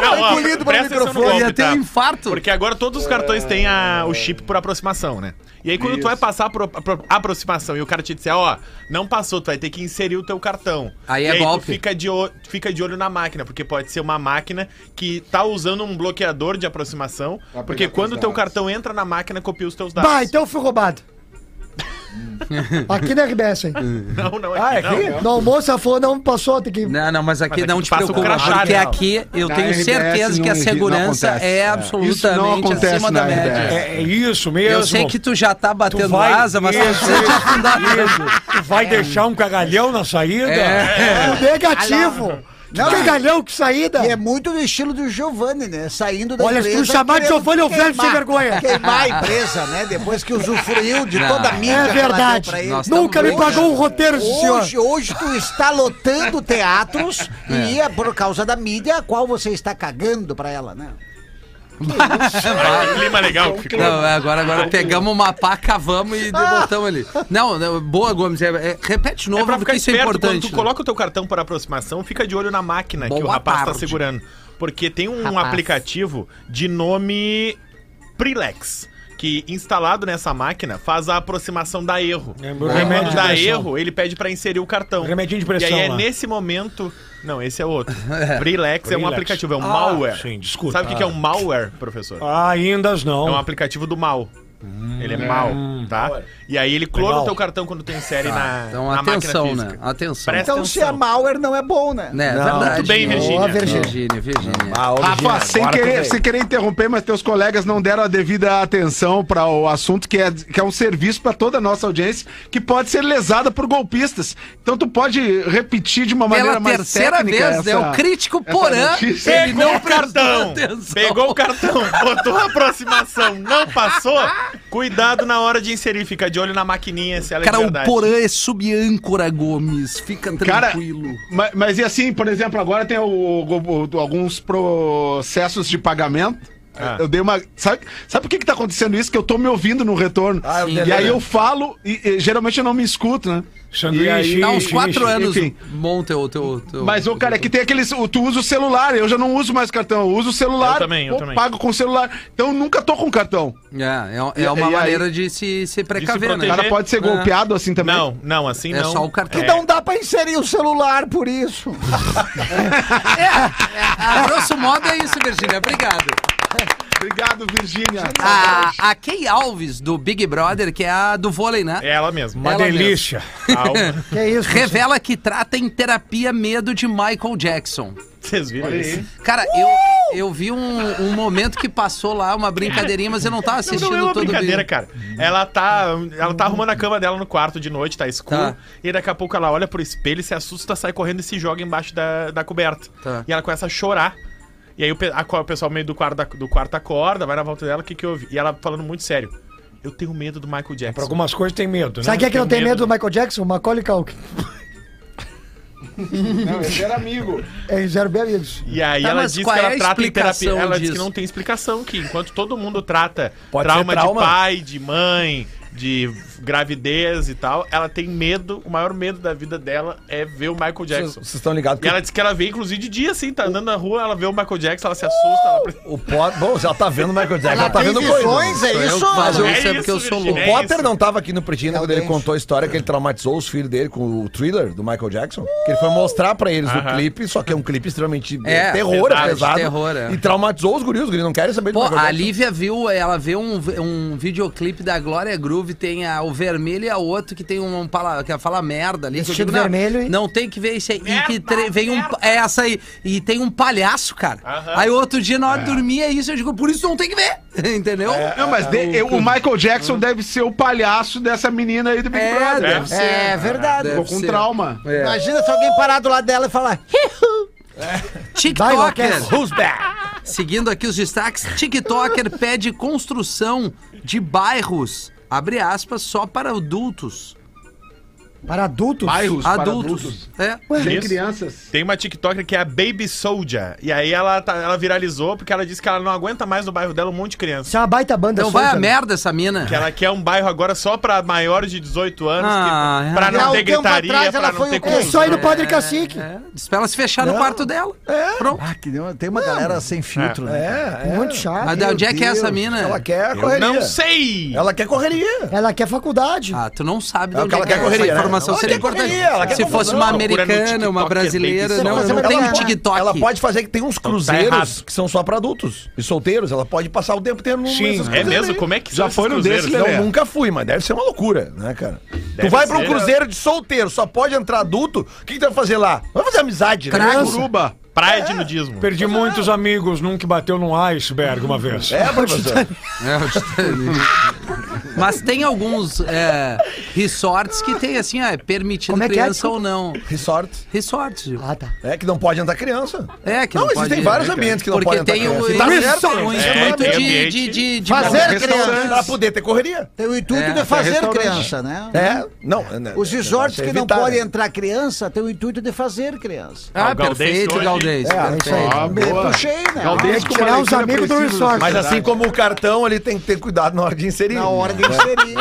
Não, ó,
Engolido pelo
presta atenção no
microfone.
golpe,
Ia ter
tá?
um infarto.
Porque agora todos os cartões têm a- o chip por aproximação, né? E aí quando tu vai passar por, por aproximação e o cara te disser, ó, não passou, tu vai ter que inserir o teu cartão.
Aí
e
é
aí
golpe.
Tu fica, de, o- tu fica de olho na máquina, porque pode ser uma máquina que tá usando um bloqueador de aproximação, porque quando o teu cartão entra na máquina, copia os teus
tá?
dados.
Bah, então eu fui roubado. Aqui na RBS, hein?
Não, não, é ah, não.
No almoço ela falou, não passou, tem que.
Não, não, mas aqui,
Mas aqui
não
tu
te
passa o
preocupa,
crachá,
porque
né?
aqui eu
Na
tenho
RBS
certeza que a
não existe,
segurança
não acontece.
é
É. Isso não
absolutamente
acontece
acima
na
da média.
RBS.
É, é isso mesmo.
Eu sei que tu já tá batendo
vai-
asa, mas tu
Isso,
precisa te afundar tanto.
Tu vai deixar um cagalhão na saída?
É.
Negativo.
Não,
que
não.
galhão, que saída.
E é muito do estilo do Giovanni, né? Saindo da
Olha, se tu
empresa.
chamar de
querendo
Giovanni, eu velho sem
queimar-
vergonha.
Queimar a empresa, né? Depois que usufruiu de
Não.
toda a mídia.
É
que ela deu
verdade.
pra ele.
Nós
Nunca me
estamos
hoje-
pagou um roteiro, esse senhor.
Hoje, hoje tu está lotando teatros e é por causa da mídia a qual você está cagando pra ela, né?
Ah, que clima legal que ficou.
Não, é, agora, agora pegamos uma pá, cavamos e botamos ali. Não, não, boa, Gomes. é- é- repete de
É
novo,
pra
porque
ficar
isso é
esperto, quando
importante.
tu
né?
coloca o teu cartão para aproximação, fica de olho na máquina que
Boa
o rapaz
tarde.
tá segurando. Porque tem um
Rapaz.
aplicativo de nome Prilex, que instalado nessa máquina faz a aproximação da erro.
É, meu
E
remédio
quando
de
dá
pressão.
erro, ele pede para inserir o cartão.
Remedinho de pressão
E aí é
lá.
nesse momento... Não, esse é outro. Prilex é um
Prilex.
aplicativo, é um
Ah,
malware.
sim, desculpa.
Sabe o que que é um malware, professor?
Ah, ainda não.
É um aplicativo do mal. ele é
é.
mal,
Hum.
tá? E aí ele clona
Legal.
o teu cartão quando tu insere
Tá.
na,
Então,
na
atenção,
máquina
né?
física.
Atenção.
Presta
Então, se é
atenção.
malware, não é bom, né?
Né,
Não.
verdade.
muito bem, Virgínia.
Boa, Virgínia, Virgínia.
Ah,
Rafa, sem querer, sem querer interromper, mas teus colegas não deram a devida atenção para o assunto, que é, que é um serviço para toda a nossa audiência, que pode ser lesada por golpistas. Então tu pode repetir de uma maneira
Pela
mais
terceira
técnica é
vez, né?
essa-
O crítico
essa
Porã,
notícia.
ele
Pegou
não
o cartão,
atenção.
pegou o cartão, botou a aproximação, não passou. Cuidado na hora de inserir, fica de olho na maquininha se ela é
Cara,
de
o
verdade.
Porã é subâncora, Gomes. Fica
Cara,
tranquilo.
mas, mas e assim, por exemplo, agora tem o- o- o- alguns processos de pagamento.
Ah.
Eu dei uma. Sabe, sabe por que, que tá acontecendo isso? Que eu tô me ouvindo no retorno.
eu
e
delirei.
aí eu falo, e, e geralmente eu não me escuto, né? E aí-
Dá Tá uns quatro anos.
Enfim.
Bom teu, teu, teu.
Mas, ô, cara, é que tem aqueles. o- Tu usa o celular, eu já não uso mais cartão. Eu uso o celular.
Eu também, eu
pô,
também.
pago com o celular. Então eu nunca tô com cartão.
É, é,
E-
é uma
e aí-
maneira de se, se precaver, né?
O cara pode ser golpeado assim também.
Não, não, assim
É
não.
só o cartão.
É.
Então dá pra inserir o celular por isso.
A grosso modo é isso, Virgínia. Obrigado.
Obrigado, Virgínia.
A, a Kay Alves, do Big Brother, que é a do vôlei, né?
É ela mesma.
Uma Ela delícia.
Calma.
é
Revela que trata em terapia medo de Michael Jackson.
Vocês viram
Olha
isso?
Cara,
Uh!
eu, eu vi um, um momento que passou lá, uma brincadeirinha, mas eu não tava assistindo
Não, não é uma
todo o vídeo.
brincadeira, cara. Ela tá, ela tá arrumando a cama dela no quarto de noite, tá escuro.
Tá.
E daqui a pouco ela olha pro espelho, se assusta, sai correndo e se joga embaixo da, da coberta.
Tá.
E ela começa a chorar. E aí o, pe- a co- o pessoal meio do quarto, da- do quarto acorda, vai na volta dela, o que que houve? E ela falando muito sério. Eu tenho medo do Michael Jackson.
Pra algumas coisas tem medo, né?
Sabe quem é que não tem medo
medo.
do Michael Jackson? Macaulay Culkin.
Não, esse era amigo.
É, Eles eram bem amigos.
E aí
Tá,
ela
mas
diz que
qual
ela
é a
trata em terapia.
explicação
Ela diz que
disso?
não tem explicação, que enquanto todo mundo trata
Pode ser
trauma,
trauma.
de pai, de mãe, de gravidez e tal, ela tem medo, o maior medo da vida dela é ver o Michael Jackson.
Vocês estão ligados?
E ela disse que ela vê, inclusive, de dia, assim, tá andando na rua, ela vê o Michael Jackson, ela se assusta. Ela...
O Potter. Bom, se ela tá vendo o Michael Jackson,
Ela
ela, tá
tem
vendo
visões, é
Sou eu
isso?
que falo.
Mas eu- É
porque eu
isso,
sou
Virgínia,
louco.
é
O Potter
isso.
não tava aqui no Pretina quando ele contou a história que ele traumatizou os filhos dele com o thriller do Michael Jackson. Que ele foi mostrar pra eles o
Aham.
clipe, só que é um clipe extremamente
É,
é, terror,
pesado,
é pesado.
terror, é.
E traumatizou os guris, os guris não querem saber do
Pô,
Michael
a
Jackson.
Lívia viu, ela vê um, um videoclipe da Glória Groove, tem a, o vermelho e a outro que tem um, um pala- que fala merda ali. que eu
Vestido
não,
vermelho, hein?
Não tem que ver isso aí. e que tre- vem um, é essa aí. E tem um palhaço, cara. Aí outro dia, na hora de dormir, é isso. Eu digo, por isso não tem que ver. Entendeu?
Não, mas de- eu-
Uhum.
o Michael Jackson deve ser o palhaço dessa menina aí do Big
É,
Brother.
deve ser. É.
É verdade.
Ficou com trauma.
Imagina se alguém parar do lado dela e falar. "Hihu".
TikToker.
Vai,
Who's back? Seguindo aqui os destaques, TikToker pede construção de bairros, abre aspas, só para adultos.
Para adultos?
Bairros para
adultos. É.
Sem
Isso.
crianças.
Tem uma TikToker que é a Baby Soldier. E aí ela, tá- ela viralizou porque ela disse que ela não aguenta mais no bairro dela um monte de criança.
Isso é uma baita banda
Então
um
vai
solta,
a
né?
merda essa mina.
Que
é
ela quer um bairro agora só pra maiores de 18 anos,
Ah,
que,
é.
pra
Há
não
um
ter
tempo
gritaria,
atrás ela
pra
foi
não
um
ter
É só ir no Padre Cacique.
Diz É, pra ela se fechar no
Não.
quarto dela. Pronto.
Ah, que deu- tem uma galera sem filtro, né?
É, é.
Muito chato.
Mas de onde é que é essa
Deus,
mina?
Ela quer
Eu
correria.
não sei!
Ela quer correria.
Ela quer faculdade.
Ah, tu não sabe de
É o
onde
que ela
é
quer correria,
essa
né?
informação
Ela
seria
quer correria,
importante.
ela quer
Se fosse
confusão.
uma
Procura no
americana, uma
é
TikTok,
brasileira,
baby
não,
Mas
não
ela-
tem um
ela-
TikTok.
Ela pode fazer que tem uns cruzeiros
Tá errado.
que são só pra adultos e solteiros. Ela pode passar o tempo inteiro num
Sim.
nessas
É
É
cruzeiras
mesmo?
aí.
Como é que
Já
são esses
foi né? num desses,
cruzeiros?
né?
Lelê?
Eu nunca fui, mas deve ser uma loucura, né, cara?
Deve
tu vai pra um
ser.
cruzeiro de solteiro, só pode entrar adulto. O que, que tu vai fazer lá? Vai fazer amizade, né?
Crack.
Suruba.
Praia de nudismo.
Perdi muitos amigos num que bateu num iceberg uma vez.
É, professor.
É, o Titanic. Mas tem alguns é, resorts que tem assim, ah, é permitido
Como é que é?
criança
Desculpa.
ou não.
Resort.
Resort, Gil.
Ah, tá. É que não pode entrar criança.
É, que
não,
não
existem
pode-
vários
é,
ambientes que não
porque
podem entrar
tem o-
criança. E
tem
certo.
é
só um instrumento
tem
de-
ambiente.
de- de- de-
Fazer
restaurante
criança.
Pra poder ter correria.
Tem o intuito
É,
de fazer
restaurante.
criança, né?
É, não. né,
Os
né,
resorts
é
que não
evitar,
podem
né?
entrar criança tem o intuito de fazer criança.
Ah,
É, o Galdês
perfeito,
hoje-
Galdês.
É, é isso aí.
perfeito.
Me puxei, né?
Galdês
Ah,
com
É,
tirar
uma
os
leitura
amigos do
precisa da
resort.
Mas assim como o cartão, ele tem que ter cuidado na hora de inserir.
Na hora de inserir.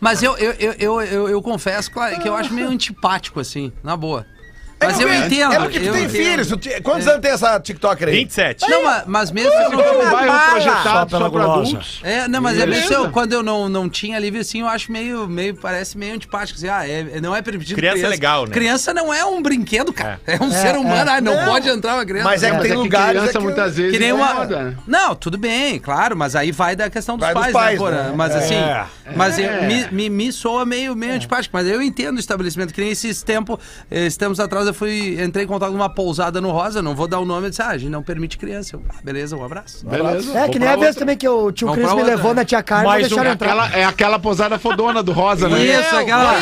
Mas eu, eu, eu, eu, eu- eu confesso claro, que eu acho meio antipático, assim, na boa. Mas eu entendo.
É porque tu
eu
tem
entendo.
filhos. tu te- Quantos anos tem essa TikToker aí?
27.
Não, ma- mas, mesmo que eu não.
um bairro
bala.
Só
projetado só,
pela
pra
gulosa.
adultos.
É, não, mas é
Beleza.
mesmo eu, quando eu não, não tinha livre assim, eu acho meio, meio parece meio antipático. Assim, ah, é, é- não é permitido.
Criança é legal, né?
Criança não é um brinquedo, cara. É, um ser humano, ah, não, pode entrar uma criança.
Mas é que
Mas
tem
é que
lugares.
criança
é que-
muitas vezes
que nem uma.
incomoda, né?
Não, tudo bem, claro, mas aí vai da questão dos
Vai dos
pais,
pais,
né, Porã?
né?
Mas
É.
assim,
É.
mas eu- me, me, me soa meio, meio antipático, mas eu entendo o estabelecimento, que nem esses tempos, esses tempos atrás eu fui, entrei em contato com uma pousada no Rosa, não vou dar o nome, eu disse, ah, a gente não permite criança. Eu, ah, beleza, um abraço.
Beleza.
É, que nem a vez também que o tio
Vamos
Cris
pra
me
outra.
levou na tia Carmen e
Mais um,
deixaram
é
entrar.
aquela, é aquela posada fodona do Rosa, né?
Isso, aquela.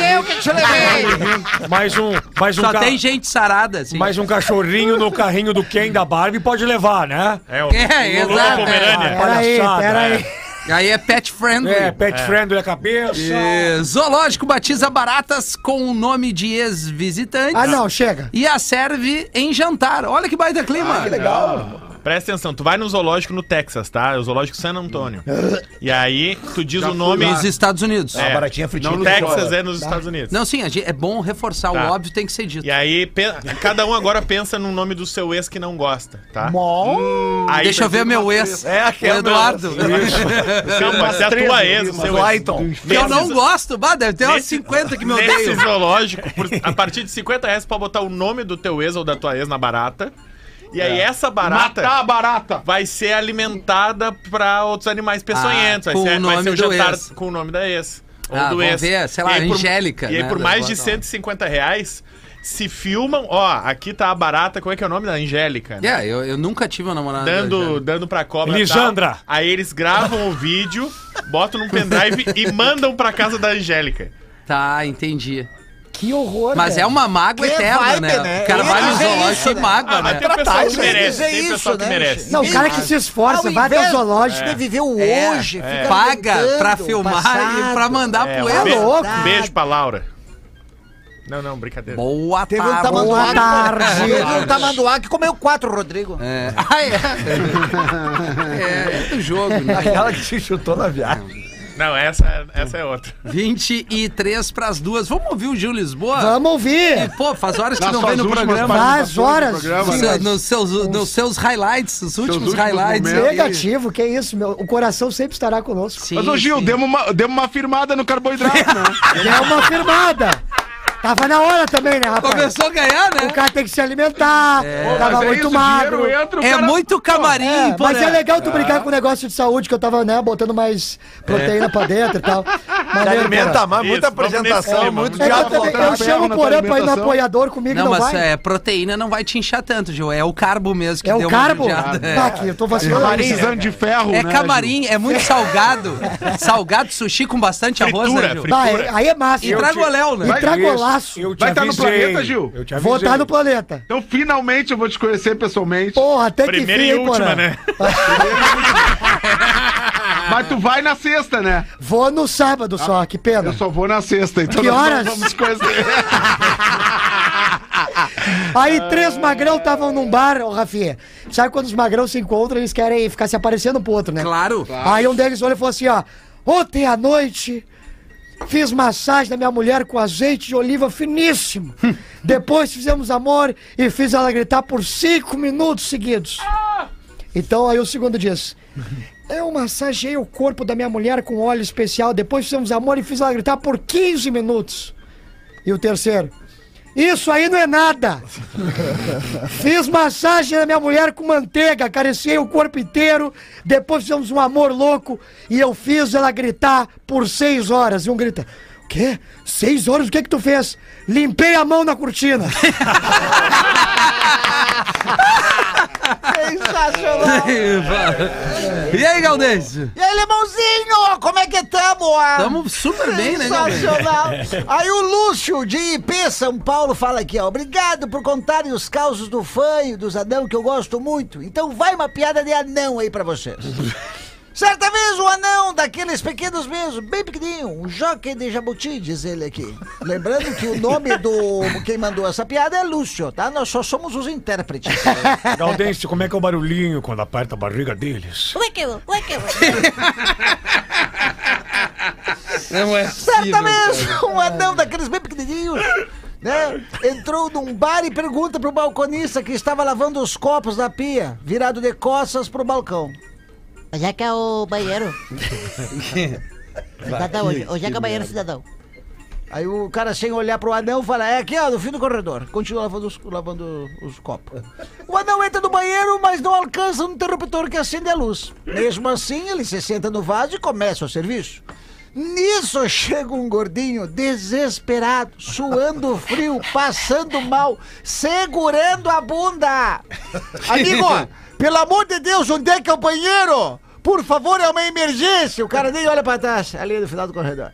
Mais um, mais um,
Só
ca-
tem gente sarada, assim.
mais um cachorrinho no carrinho do Ken da Barbie pode levar, né?
É, o
É,
o
exato.
Pomerânia.
Pera aí,
palhaçada,
pera aí.
Aí é pet friendly.
É, pet friendly a cabeça.
É, Zoológico batiza baratas com o nome de ex-visitantes.
Ah, não, chega.
E a serve em jantar. Olha que baita clima.
Que legal.
Presta atenção, tu vai no zoológico no Texas, tá? É o zoológico San Antônio. E aí, tu diz o nome.
Nos Estados Unidos.
É,
baratinha fritinha.
Não no
Não
Texas,
joga.
é nos Estados Unidos.
Não, sim, a gente- é bom reforçar.
Tá.
O óbvio tem que ser dito.
E aí, pe- cada um agora pensa no nome do seu ex que não gosta,
É
tá? Aí
Deixa eu
vai
ver meu ex.
É,
o
aquele
Eduardo.
ter- Não, mas é a tua ex, o seu ex.
então.
Clayton.
que eu não
Nesses-
gosto. Bah, deve ter umas
Nesse-
50 que me
Nesse
odeiam.
zoológico, por- a partir de 50 reais, pode botar o nome do teu ex ou da tua ex na barata. E
É.
aí, essa barata
Matar a barata.
vai ser alimentada pra outros animais peçonhentos.
Ah, com
vai, ser,
o
vai
nome
ser um
do
jantar
ex.
com o nome da ex. Ou
Ah,
do
vamos
ex.
ver, sei lá,
E aí por-
Angélica,
E aí,
né,
por
da-
mais
da-
de
da-
150 reais, se filmam. Ó, aqui tá a barata, como é que é o nome da Angélica? né?
É, eu, eu nunca tive uma namorada.
Dando,
Angélica.
dando pra cobra. e
Lisandra.
tal. tá? Aí eles gravam o vídeo, botam num pendrive e mandam pra casa da Angélica.
Tá, entendi.
Que horror,
Mas é
velho.
uma mágoa
Que
eterna,
vibe,
né?
né?
O cara
Eu
vai
ia
no
dizer
zoológico
isso,
e
né?
mágoa,
Ah, mas
né?
tem o pessoal que
isso,
merece.
dizer
Tem
é
o pessoal
isso,
que
né,
merece.
gente?
Não, o cara que se esforça,
Ao
vai até o
invés
zoológico.
de viver o
É,
hoje,
é.
fica
Paga pra
lamentando o
filmar e
passado.
pra mandar
É,
pro
um
ela.
beijo,
Tá louco.
um
Ah.
beijo pra Laura. Não, não, brincadeira.
Boa
Teve um
tarde.
tamanduá.
Boa
que-
tarde.
Teve um
tá
tamanduá que comeu quatro, Rodrigo.
É. Ah, é. é. É do jogo, né?
Aquela que te chutou na viagem.
Não, essa, essa é outra.
23 pras duas. Vamos ouvir o Gil Lisboa?
Vamos
E,
ouvir.
pô, faz horas que
Nas
não vem
suas
no
últimas
programa.
Várias horas.
participações do programa,
Nos
né?
seus, nos seus- nos seus highlights, os últimos
últimos
highlights.
momentos.
Negativo, que é isso, meu. O coração sempre estará conosco.
Sim,
Mas, ô Gil,
sim.
demos uma, demos uma firmada no carboidrato, né?
É uma firmada. Tava na hora também, né, rapaz?
Começou a ganhar,
O
né?
cara tem que se alimentar. Tava
Mas é
muito
isso, o
magro.
dinheiro entra, o
É
cara-
muito camarim,
É,
pô.
mas
né?
é legal tu brincar com o negócio de saúde, que eu tava, né, botando mais proteína pra dentro e tal.
Se
Maneiro,
alimenta mais,
Isso,
muita
vamos nesse
apresentação,
clima.
muito
É que eu
diabo.
também-
faltando.
eu chamo
na
o Porã pra ir no
alimentação.
apoiador comigo,
Não,
não,
mas
vai.
é, proteína não vai te inchar tanto, Gil. É o carbo mesmo que
É
deu
o
uma
carbo?
judiada. É.
Tá aqui, eu tô vacilando.
Camarim de ferro,
É
né,
camarim, é muito salgado. salgado, sushi com bastante arroz, né,
Fritura,
Gil?
fritura.
Bah, é- aí é massa.
E tragoléu, né?
E tragolaço.
Eu te
tá
Vai estar no
avisei.
planeta, Gil?
Eu te
Vou
avisei.
tá
estar no planeta.
Então, finalmente, eu vou te conhecer pessoalmente.
Porra, até que
Primeira
fim,
e
hein,
última,
Porã?
né?
Mas tu vai na sexta, né?
Vou no sábado só, que pena.
Eu só vou na sexta, então
Que
nós não
horas?
vamos conhecer.
Aí três magrão estavam num bar, ô Rafinha. Sabe quando os magrão se encontram, eles querem ficar se aparecendo um pro outro, né?
Claro.
Aí um deles olha e falou assim, ó. Ontem à noite fiz massagem na minha mulher com azeite de oliva finíssimo. Depois fizemos amor e fiz ela gritar por cinco minutos seguidos. Então aí o segundo diz. Eu massageei o corpo da minha mulher com óleo especial, depois fizemos amor e fiz ela gritar por 15 minutos. E o terceiro. Isso aí não é nada. Fiz massagem na minha mulher com manteiga, acariciei o corpo inteiro, depois fizemos um amor louco e eu fiz ela gritar por seis horas. E um grita: O quê? Seis horas? O que que tu fez? Limpei a mão na cortina.
Sensacional.
e aí, Galdês?
E aí, Lemãozinho, como é que tamo? ah?
Tamo super bem, né, Galdês?
Sensacional. Aí o Lúcio, de IP São Paulo, fala aqui, ó. Obrigado por contarem os causos do fã e dos anão, que eu gosto muito. Então vai uma piada de anão aí pra vocês. Certa vez um anão daqueles pequenos mesmo, bem pequenininho, um jockey de jabuti, diz ele aqui. Lembrando que o nome do quem mandou essa piada é Lúcio, tá? Nós só somos os intérpretes.
Galdense, como é que é o barulhinho quando aperta a barriga deles?
Wickel, wickel.
Não é
Certa vez, um anão daqueles bem pequenininhos, né? Entrou num bar e pergunta pro balconista que estava lavando os copos na pia, virado de costas pro balcão.
Onde é que é o banheiro? Cidadão, onde onde é que é o banheiro, cidadão?
Aí o cara, sem olhar pro anão, fala: É aqui, ó, no fim do corredor. Continua lavando os, lavando os copos. O anão entra no banheiro, mas não alcança um interruptor que acende a luz. Mesmo assim, ele se senta no vaso e começa o serviço. Nisso chega um gordinho desesperado, suando frio, passando mal, segurando a bunda. Amigo, pelo amor de Deus, onde é que é o banheiro? Por favor, é uma emergência. O cara nem olha pra trás, ali no final do corredor.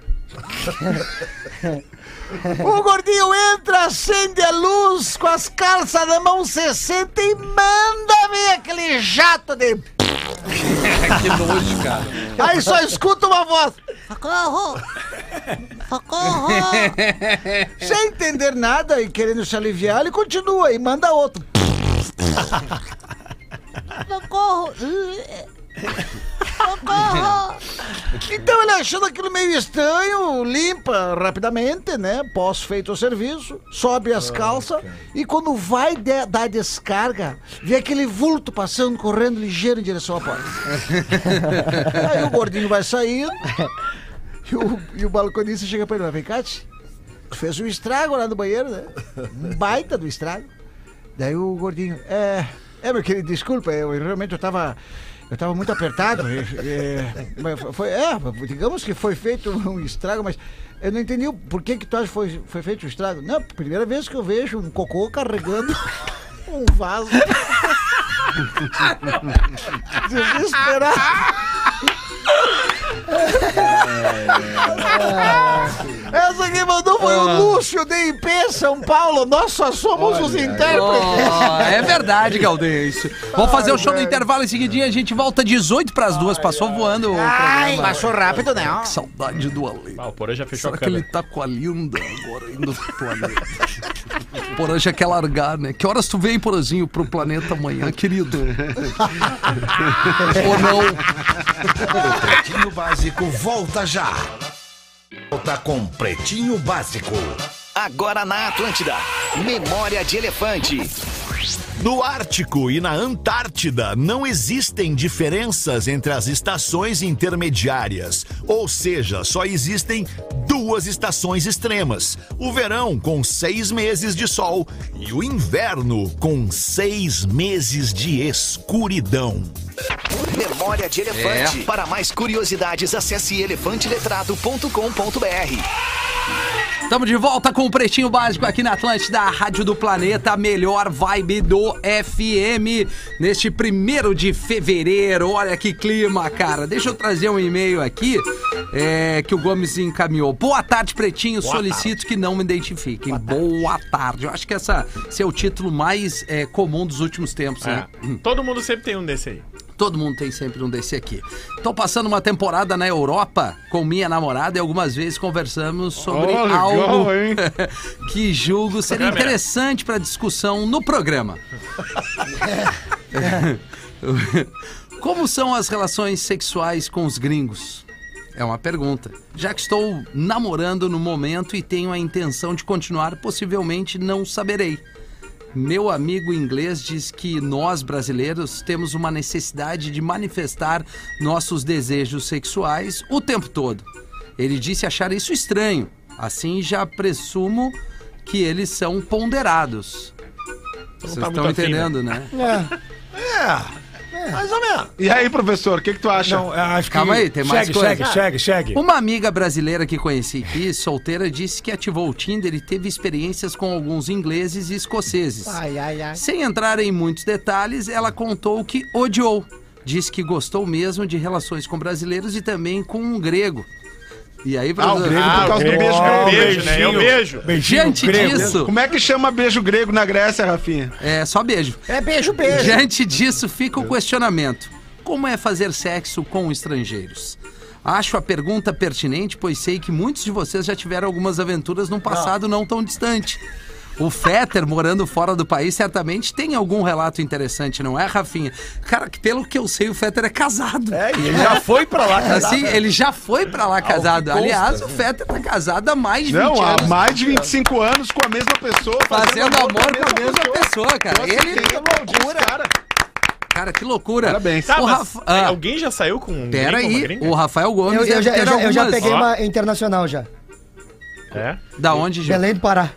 O gordinho entra, acende a luz com as calças na mão 60 e manda ver aquele jato de.
que nojo, cara.
Aí só escuta uma voz.
Socorro! Socorro!
Sem entender nada e querendo se aliviar, ele continua e manda outro.
Socorro! Socorro!
Então ele achando aquilo meio estranho, limpa rapidamente, né? Pós feito o serviço, sobe as calças e quando vai de- dar descarga, vê aquele vulto passando, correndo ligeiro em direção à porta. Aí o gordinho vai saindo e o, e o balconista chega pra ele, "Mas vem cá, tch, tu fez um estrago lá no banheiro, né? Um baita do estrago. Daí o gordinho, é, é meu querido, desculpa, eu eu realmente eu tava, eu tava muito apertado. e- e- mas foi, é, digamos que foi feito um estrago, mas eu não entendi o porquê que tu acha que foi, foi feito o estrago. Não, primeira vez que eu vejo um cocô carregando um vaso. Desesperado. Essa quem mandou foi o Lúcio de IP São Paulo. Nós só somos os intérpretes.
Ó, é verdade, Galdês. Vamos fazer o show no intervalo em seguidinho. A gente volta 18 para as duas. Passou voando o
Ai,
programa.
passou rápido, né?
Que saudade do Ale.
Ah, o Porã já fechou
Será
a
que ele
câmera.
tá com a linda agora indo pro planeta? O Porã já quer largar, né? Que horas tu vem, Porãzinho, pro planeta amanhã, querido? Ou não?
Pretinho Básico volta já. Volta com Pretinho Básico.
Agora na Atlântida. Memória de Elefante. No Ártico e na Antártida não existem diferenças entre as estações intermediárias, ou seja, só existem duas estações extremas: o verão com seis meses de sol e o inverno com seis meses de escuridão. Memória de Elefante. Para mais curiosidades, acesse elefanteletrado.com.br.
Estamos de volta com o Pretinho Básico aqui na Atlântida, a Rádio do Planeta, a melhor vibe do FM. Neste primeiro de fevereiro, olha que clima, cara. Deixa eu trazer um e-mail aqui é, que o Gomes encaminhou. Boa tarde, Pretinho. Solicito que não me identifiquem. Boa tarde. Eu acho que essa, esse é o título mais é, comum dos últimos tempos, né?
É. Todo mundo sempre tem um desse aí.
Todo mundo tem sempre um desse aqui. Tô passando uma temporada na Europa com minha namorada e algumas vezes conversamos sobre
Oh, legal,
algo
hein?
que julgo ser
Câmera.
interessante para discussão no programa. Como são as relações sexuais com os gringos? É uma pergunta. Já que estou namorando no momento e tenho a intenção de continuar, possivelmente não saberei. Meu amigo inglês diz que nós brasileiros temos uma necessidade de manifestar nossos desejos sexuais o tempo todo. Ele disse achar isso estranho. Assim já pressumo que eles são ponderados. Vocês
tá
estão né?
muito afim,
entendendo, né?
É. É.
Mais ou menos.
E aí, professor, o que, que tu acha?
Não, eu acho que-
Calma aí, tem mais
Segue,
coisa.
segue, segue, segue.
Uma amiga brasileira que conheci aqui, solteira, disse que ativou o Tinder e teve experiências com alguns ingleses e escoceses.
Ai, ai, ai.
Sem entrar em muitos detalhes, ela contou que odiou. Diz que gostou mesmo de relações com brasileiros e também com um grego. E aí,
Ah, o
professor?
grego por causa do beijo
um
né? É grego.
Diante disso.
Como é que chama beijo grego na Grécia, Rafinha?
É, só beijo.
É beijo, beijo.
Diante disso, fica o questionamento: como é fazer sexo com estrangeiros? Acho a pergunta pertinente, pois sei que muitos de vocês já tiveram algumas aventuras num passado não tão distante. O Fetter, morando fora do país, certamente tem algum relato interessante, não é, Rafinha? Cara, que pelo que eu sei, o Fetter é casado. É,
e ele já foi pra lá casado.
Assim, ele já foi pra lá casado.
consta.
Aliás, o Fetter tá casado há mais de 20
Não, há
anos.
mais de 25 anos com a mesma pessoa.
Fazendo amor com a mesma pessoa, cara.
Nossa,
Ele-
que loucura. Cara.
Cara, que loucura.
Parabéns.
Tá,
O
mas
Rafa- ah.
alguém já saiu com um
Pera
gringo, uma
aí,
gringa?
o Rafael Gomes.
Eu, eu
deve
já,
ter
eu já- eu já
algumas.
peguei
Ó,
uma internacional já.
É?
Da onde, Gil?
Belém do Pará.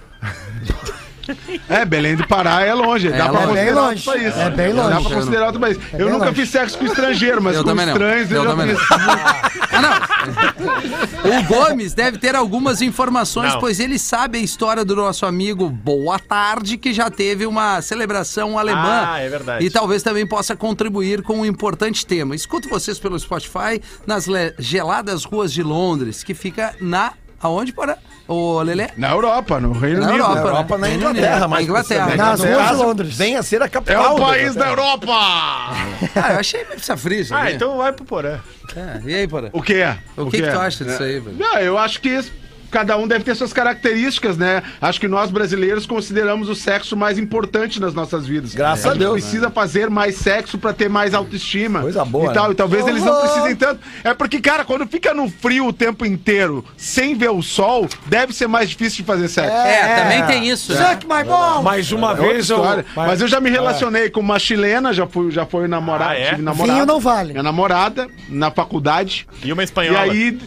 É, Belém do Pará é longe.
É
dá pra
longe.
É
considerar
bem longe.
outro país.
É bem
Dá
longe.
pra considerar outro país.
É
eu
bem
nunca
longe.
fiz sexo com estrangeiro, mas
Eu
com
também não.
estranhos
Eu
eu,
também
já
não. Ah,
fiz.
O Gomes deve ter algumas informações,
Não.
pois ele sabe a história do nosso amigo Boa Tarde, que já teve uma celebração alemã.
Ah, é verdade.
E talvez também possa contribuir com um importante tema. Escuto vocês pelo Spotify nas le- geladas ruas de Londres, que fica na. Aonde, para? Ô, Lelê?
Na Europa, no Reino
Na
Unido.
Europa,
né?
Europa, na
Reino Unido.
Inglaterra,
Na
mas
Inglaterra.
Nas ruas de Londres.
Venha ser a
É
capital.
o país da Europa!
Ah, eu achei pizza frisa.
Ah,
né?
então vai pro Porã.
É, e aí, Porã?
O que é?
O, que, que tu acha disso aí, velho?
Não, eu acho que isso- cada um deve ter suas características, né? Acho que nós brasileiros consideramos o sexo mais importante nas nossas vidas.
Graças a
gente
Deus,
precisa fazer mais sexo pra ter mais autoestima.
Coisa boa,
E, tal,
né?
e talvez eles não precisem tanto. É porque, cara, quando fica no frio o tempo inteiro, sem ver o sol, deve ser mais difícil de fazer sexo.
É, também tem isso. né?
Suck my balls!
Mais uma
É outra
vez eu.
história. Mas é. eu já me relacionei com uma chilena, já fui, já foi namorada,
Ah, é?
tive namorada.
Vinho não vale.
Minha namorada, na faculdade.
E uma espanhola.
E aí,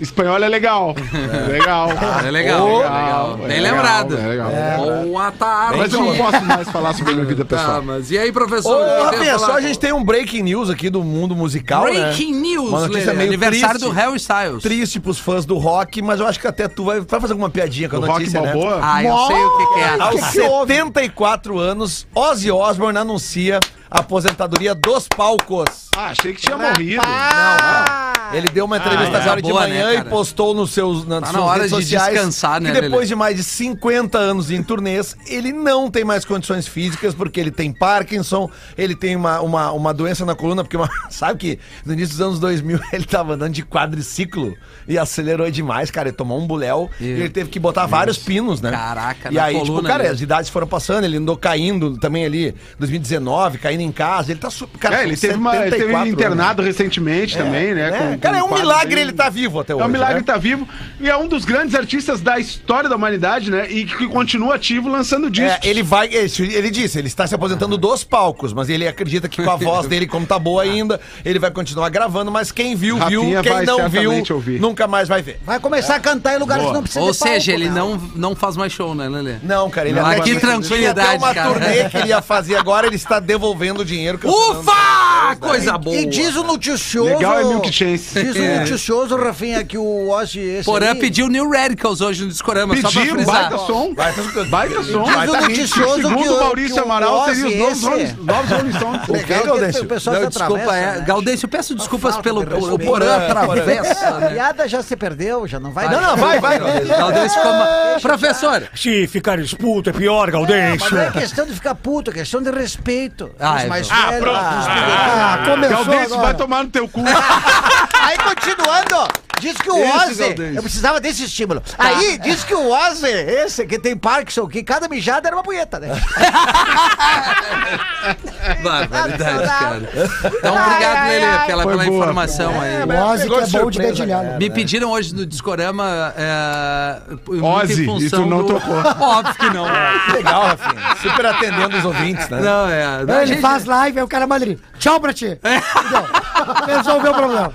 espanhol é legal. Legal.
Ah,
É legal,
Oh,
legal.
é
Bem
legal,
lembrado.
é legal.
Boa tarde.
Mas eu não posso mais falar sobre a minha vida pessoal.
Tá, mas e aí, professor?
Ô,
Quer
Rafinha,
falar?
só a gente tem um breaking news aqui do mundo musical, né?
Breaking news,
Uma notícia
Lelê.
meio
Aniversário
triste.
do Harry Styles.
Triste pros fãs do rock, mas eu acho que até tu vai, vai fazer alguma piadinha com a
Do Rock
notícia, né?
Balboa?
Ah, eu sei o que, que é.
Aos 74 anos, Ozzy Osbourne anuncia a aposentadoria dos palcos.
Ah, achei que
né?
tinha morrido.
Ele deu uma entrevista
é.
agora de
Boa, né,
manhã e
cara?
postou nos seus nas
Tá na
suas
hora
redes
de
sociais
descansar, né,
que depois
Lelê?
de mais de 50 anos em turnês, ele não tem mais condições físicas porque ele tem Parkinson, ele tem uma, uma, uma doença na coluna, porque uma- sabe que no início dos anos 2000 ele tava andando de quadriciclo e acelerou demais, cara, ele tomou um buléu e, ele teve que botar vários pinos, né?
Caraca,
e
na
aí, tipo,
coluna né?
cara,
mesmo.
as idades foram passando, ele andou caindo também ali, 2019, caindo em casa, ele tá super, cara,
É, ele teve, uma, ele teve
74 anos.
internado recentemente também, né?
né? É,
com-
cara,
com
é um
quadro
milagre
bem-
ele tá vivo até hoje.
É um milagre
né?
estar tá vivo e é um dos grandes artistas da história da humanidade, né? E que continua ativo lançando discos.
É, ele vai. esse- Ele disse, ele está se aposentando dos palcos, mas ele acredita que com a voz dele, como tá boa ainda, ele vai continuar gravando, mas quem viu, viu.
Rafinha
Quem
vai
não viu,
certamente ouvir.
nunca mais vai ver.
Vai começar a cantar em lugares que não precisa
Ou
de palco,
seja, ele
né?
não, é não faz mais show, né, Lelê?
Não, cara, ele
Não,
até
que
tinha-
tranquilidade,
tinha até uma
cara.
turnê que ele ia fazer agora, ele está devolvendo o dinheiro que eu tô dando.
Ufa! Coisa boa. É.
E diz o noticioso.
Legal é Milk Chance.
Diz o noticioso, Rafinha, que o Ozzy. Esse
Porã
aí-
pediu New Radicals hoje no Discorama, só pra
Pediu,
frisar.
baita som. Baita som.
Diz o
Baita hit.
noticioso que
Segundo
o-
o Maurício
que o
Amaral,
Ozzy
seria os novos
esse-
Rolling- novos Rolling Stones.
É
O
Legal
que,
que é
Gaudêncio?
o pessoal
né, Não,
se
desculpa,
atravessa,
é,
né?
Gaudêncio, eu peço desculpas
falta
pelo
de respeito.
o Porã atravessa,
A
né?
piada já se perdeu, já não vai.
Não, não, vai, vai.
Gaudêncio ficou ma- Professor,
Se ficar expulso é pior,
Mas
Gaudêncio.
não é questão de ficar puto, é questão de respeito.
Ah,
Os
é
mais
Ah,
velhos,
pronto.
dos
Ah, começou
Galdêncio, vai
agora.
tomar no teu cu.
Aí continuando, diz que é o
Esse
Ozzy.
Galdêncio.
Eu precisava desse Tá. estímulo. Aí diz que o Ozzy, esse que tem Parkinson, que cada mijada era uma punheta, né?
barbaridade,
não dá.
Ah, cara. Então,
Ai,
obrigado,
ai,
Lelê,
ai.
pela,
Foi
pela
boa.
informação aí.
O Ozzy que
Pegou
é
de
bom de
surpresa,
né?
dedilhado.
cara.
Me pediram hoje no Discorama. É, muito
Ozzy,
em
e tu
função
não tocou. É.
Óbvio que não.
Legal, Rafinha. Super atendendo os ouvintes, né?
Não, é. não,
Ele
gente-
faz live, aí o cara Madrid. Tchau pra ti. Entendeu? Resolveu o problema.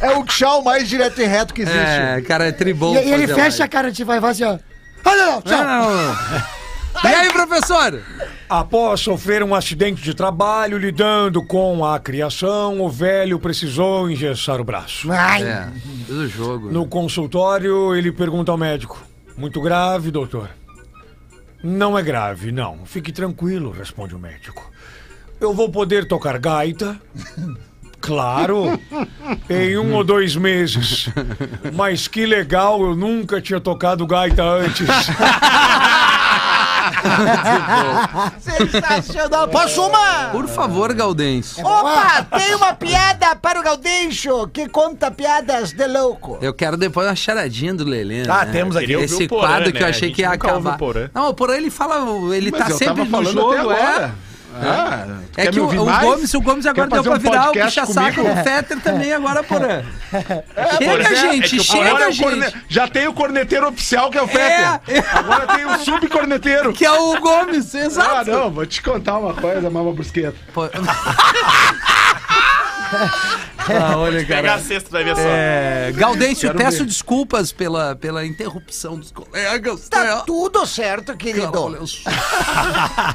É o tchau mais direto e reto que existe.
É, cara, é tribom.
E, e ele
fazer
fecha
live.
a cara de ti, vai, vai assim, ó. Ah, não, não, tchau.
Não, não, não. E aí, professor?
Após sofrer um acidente de trabalho lidando com a criação, o velho precisou engessar o braço.
É, do jogo.
No consultório, ele pergunta ao médico: Muito grave, doutor? Não é grave, não. Fique tranquilo, responde o médico. Eu vou poder tocar gaita? Claro, em um ou dois meses. Mas que legal, eu nunca tinha tocado gaita antes.
Sensacional. Posso uma?
Por favor,
É,
Galdens.
Opa, tem uma piada para o Gaudêncio que conta piadas de louco.
Eu quero depois uma charadinha do Lelê.
Ah,
né?
temos aqui.
Esse
Queria ouvir o Porã,
quadro que eu
né?
achei
A
que ia
gente nunca ouve
acabar.
o Porã.
Não, o Porã ele fala, ele
Mas
tá
eu tava
sempre no
falando
jogo,
até agora. Ah, tu
é. É
quer
que
me
o,
ouvir
o
mais?
Gomes, o Gomes agora
Quer
deu
fazer
pra
um
virar o
podcast
puxa-saco
comigo? É,
do Fetter também agora, Porã. chega,
Porã,
gente,
que o
chega,
Porã é o
gente.
corne- Já tem o corneteiro oficial, que é o Fetter. Agora tem o subcorneteiro.
Que é o Gomes, exato.
Ah, não, vou te contar uma coisa, Mama Brusqueta.
Ah, olha,
Pegar
cara.
sexto, vai ver só.
É, Gaudêncio,
Quero
peço
ver.
desculpas pela, pela interrupção dos colegas. né?
Tá tudo certo, querido.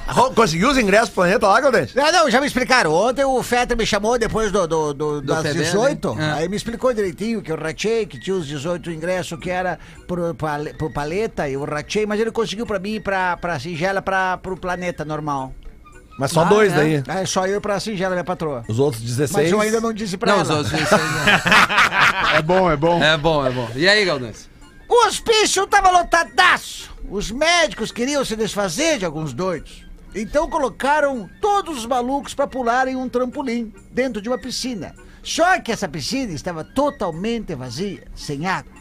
Ro- Conseguiu os ingressos pro planeta lá, Galdente?
Ah, não, já me explicaram. Ontem o Fetter me chamou depois do, do- do- das
PB, né?
18.
É.
Aí me explicou direitinho que eu ratei, que tinha os 18 ingressos que era pro, pale- pro paleta, eu ratei, mas ele conseguiu pra mim e pra, pra singela pra, pro planeta normal.
Mas só
Ah,
dois
é.
daí.
É só eu e pra singela, minha patroa.
Os outros 16.
Mas eu
um
ainda não disse pra
Não,
ela.
os outros não.
É bom, é bom.
É bom, é bom. E aí, Galdêncio?
O hospício tava lotadaço. Os médicos queriam se desfazer de alguns doidos. Então colocaram todos os malucos para pularem um trampolim dentro de uma piscina. Só que essa piscina estava totalmente vazia, sem água.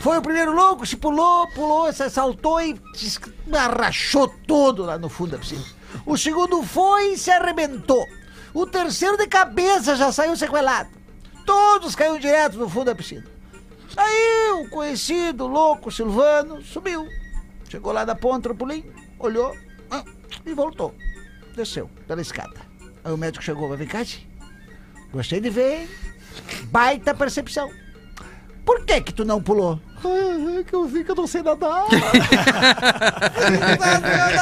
Foi o primeiro louco, se pulou, pulou, se saltou e se arrachou todo lá no fundo da piscina. O segundo foi e se arrebentou. O terceiro de cabeça já saiu sequelado. Todos caíram direto no fundo da piscina. Aí o conhecido, louco Silvano, subiu. Chegou lá da ponta do pulinho, olhou ah, e voltou. Desceu pela escada. Aí o médico chegou, vai cá, tio. gostei de ver, hein? baita percepção. Por que que tu não pulou? Ah, é que eu vi que eu não sei nadar.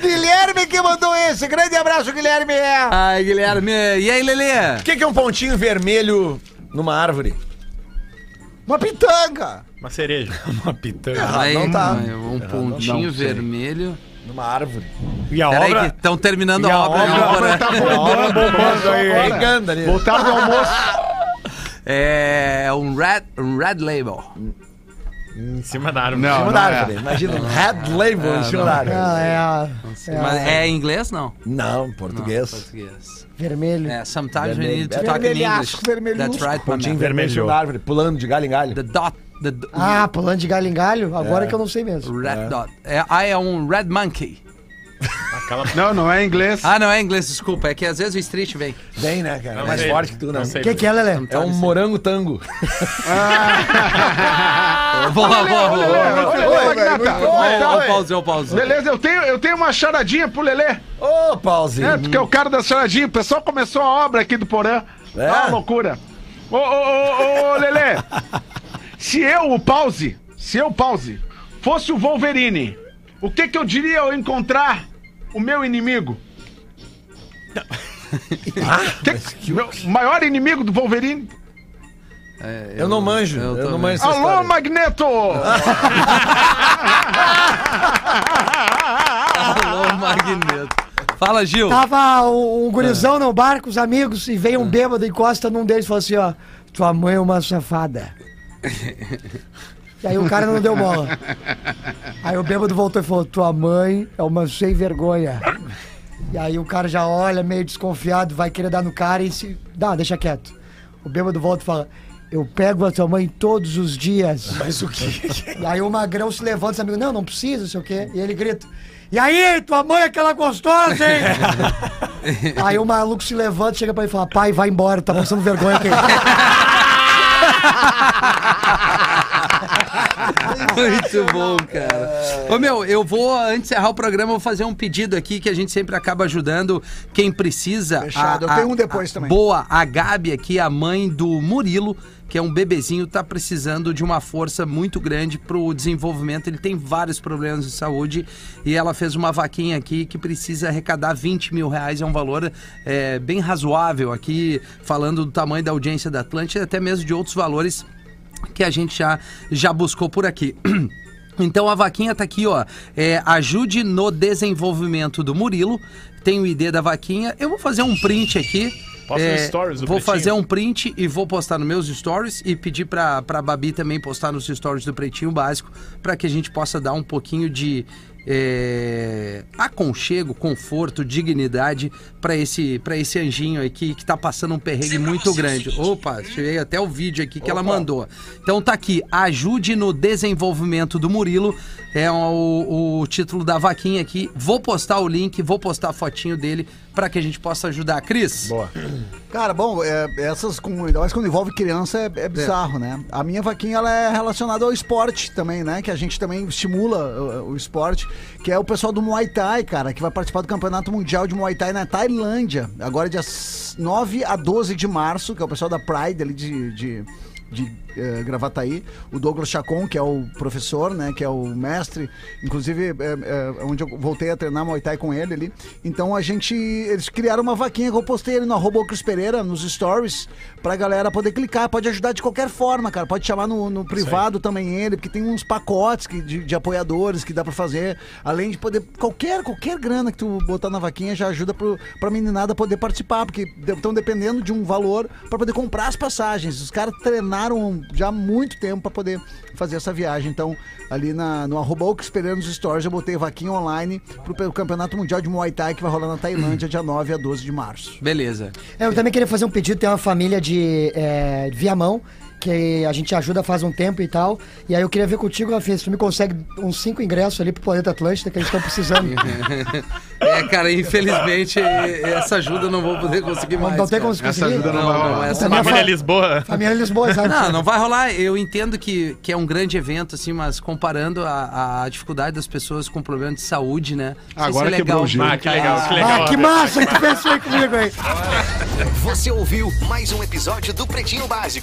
Guilherme que mandou esse. Grande abraço, Guilherme. É.
Ai, Guilherme. E aí, Lelê?
O que, que é um pontinho vermelho numa árvore?
Uma pitanga.
Uma cereja.
Uma pitanga.
Aí,
não tá.
Um pontinho
não sei.
vermelho.
Numa árvore.
E a
Peraí,
obra.
que estão terminando
E
a
a
obra.
obra-
né,
a obra
Porã?
Tá
A obra
bombando.
bombando aí. hein?
Pegando ali.
Voltaram do almoço.
É um red, um red label.
Em cima da árvore.
Em
Não,
cima
não
da
é.
árvore. Imagina, um red label em cima da
Ah,
árvore.
é a. É, a-
Mas é em inglês, não?
Não, português.
Português.
vermelho.
É, sometimes we
Vermelho.
need to talk in English.
Vermelhasco, vermelhusco.
That's right, my
Pontinho
man.
vermelho em cima da árvore, pulando de galho em galho.
The dot. The do-
Ah, pulando de galho em galho? Agora que eu não sei mesmo.
Red dot. É, ah, é um red monkey.
Não, não é inglês.
Ah, não é inglês, desculpa. É que às vezes o street vem. assim?
Bem, né, cara?
Não
Mais
sei.
forte que tu, né?
Não sei.
O que, que é, Lelê?
É um morango tango.
Ah, Boa, boa, boa. boa.
Ô, Lelê,
Oi, velho, muito
Magnata, como é que tá?
bom.
Ô, Pauzão, ô, Pauzão.
Beleza, eu tenho, eu tenho uma charadinha pro Lelê.
Ô, pause.
É, porque é o cara da charadinha. O pessoal começou a obra aqui do Porã.
É?
É uma loucura. Ô, ô, ô, ô, ô, Lelê. se eu, o pause, se eu, pause, fosse o Wolverine, o que que eu diria ao encontrar o meu inimigo? Ah, Que- meu maior inimigo do Wolverine?
É,
Eu não manjo. Eu,
tô
não
vendo.
manjo essa
Alô,
história.
Magneto!
Alô, Magneto. Fala, Gil.
Tava um, um gurizão no bar com os amigos e veio um bêbado e encosta num deles e falou assim, ó, tua mãe é uma safada. e aí o cara não deu bola. Aí o bêbado voltou e falou, tua mãe é uma sem vergonha. E aí o cara já olha meio desconfiado, vai querer dar no cara e se... Dá, deixa quieto. O bêbado volta e fala... Eu pego a tua mãe todos os dias. Mas o quê? E aí o magrão se levanta e diz, amigo, não, não precisa, não sei o quê. E ele grita, e aí, tua mãe é aquela gostosa, hein? Aí o maluco se levanta, chega pra ele e fala: pai, vai embora, tá passando vergonha aqui.
Muito bom, cara. Ô meu, eu vou, antes de encerrar o programa, eu vou fazer um pedido aqui que a gente sempre acaba ajudando quem precisa.
Fechado. Eu tenho um depois também.
Boa, a Gabi aqui, a mãe do Murilo, que é um bebezinho, tá precisando de uma força muito grande pro desenvolvimento. Ele tem vários problemas de saúde e ela fez uma vaquinha aqui que precisa arrecadar 20 mil reais. É um valor é, bem razoável aqui, falando do tamanho da audiência da Atlântida, até mesmo de outros valores que a gente já, já buscou por aqui. Então a vaquinha tá aqui, ó. É, ajude no desenvolvimento do Murilo. Tem o ID da vaquinha. Eu vou fazer um print aqui. É,
Posta nos stories do
vou
Pretinho.
fazer um print e vou postar nos meus stories e pedir pra, pra Babi também postar nos stories do Pretinho Básico pra que a gente possa dar um pouquinho de é, aconchego, conforto, dignidade pra esse, pra esse anjinho aqui que tá passando um perrengue muito grande. Opa, cheguei até o vídeo aqui que ela mandou. Então tá aqui, ajude no desenvolvimento do Murilo, é o, o título da vaquinha aqui. Vou postar o link, vou postar a fotinho dele pra que a gente possa ajudar. Cris? Boa.
Cara, bom, é, essas comunidades, quando envolve criança, é, é bizarro, né? A minha vaquinha, ela é relacionada ao esporte também, né? Que a gente também estimula uh, o, o esporte, que é o pessoal do Muay Thai, cara, que vai participar do Campeonato Mundial de Muay Thai na Tailândia. Agora, dia 9 a 12 de março, que é o pessoal da Pride ali de... de de eh, Gravataí, o Douglas Chacon, que é o professor, né, que é o mestre, inclusive eh, eh, onde eu voltei a treinar Muay Thai com ele ali. Então a gente, eles criaram uma vaquinha que eu postei ali no arroba o Cris Pereira, nos stories, pra galera poder clicar, pode ajudar de qualquer forma, cara, pode chamar no, no privado também ele, porque tem uns pacotes que- de, de apoiadores que dá pra fazer, além de poder, qualquer, qualquer grana que tu botar na vaquinha já ajuda pro, pra meninada poder participar, porque estão dependendo de um valor pra poder comprar as passagens, os caras treinaram um, já há muito tempo pra poder fazer essa viagem. Então, ali na, no arroba Oaks Pereira nos stories, eu botei vaquinha online pro, pe- Campeonato Mundial de Muay Thai que vai rolar na Tailândia dia 9 a 12 de março.
Beleza.
É, Eu também queria fazer um pedido, tem uma família de é, Viamão, que a gente ajuda faz um tempo e tal. E aí eu queria ver contigo, Rafinha, se tu me consegue uns cinco ingressos ali pro Planeta Atlântida que eles estão precisando.
É, cara, infelizmente eh, essa ajuda eu não vou poder conseguir mais.
não tem
cara.
como se conseguir? Essa ajuda não vai rolar.
essa
Família
não é vai-
Lisboa.
Família Lisboa, sabe?
é.
Não, não vai rolar. Eu entendo que, que é um grande evento, assim, mas comparando a, a dificuldade das pessoas com problema de saúde, né? Não sei
Agora
se é
quebrou o gelo. Ah, que legal, que legal.
Ah, que massa que tu pensou aí comigo aí.
Você ouviu mais um episódio do Pretinho Básico.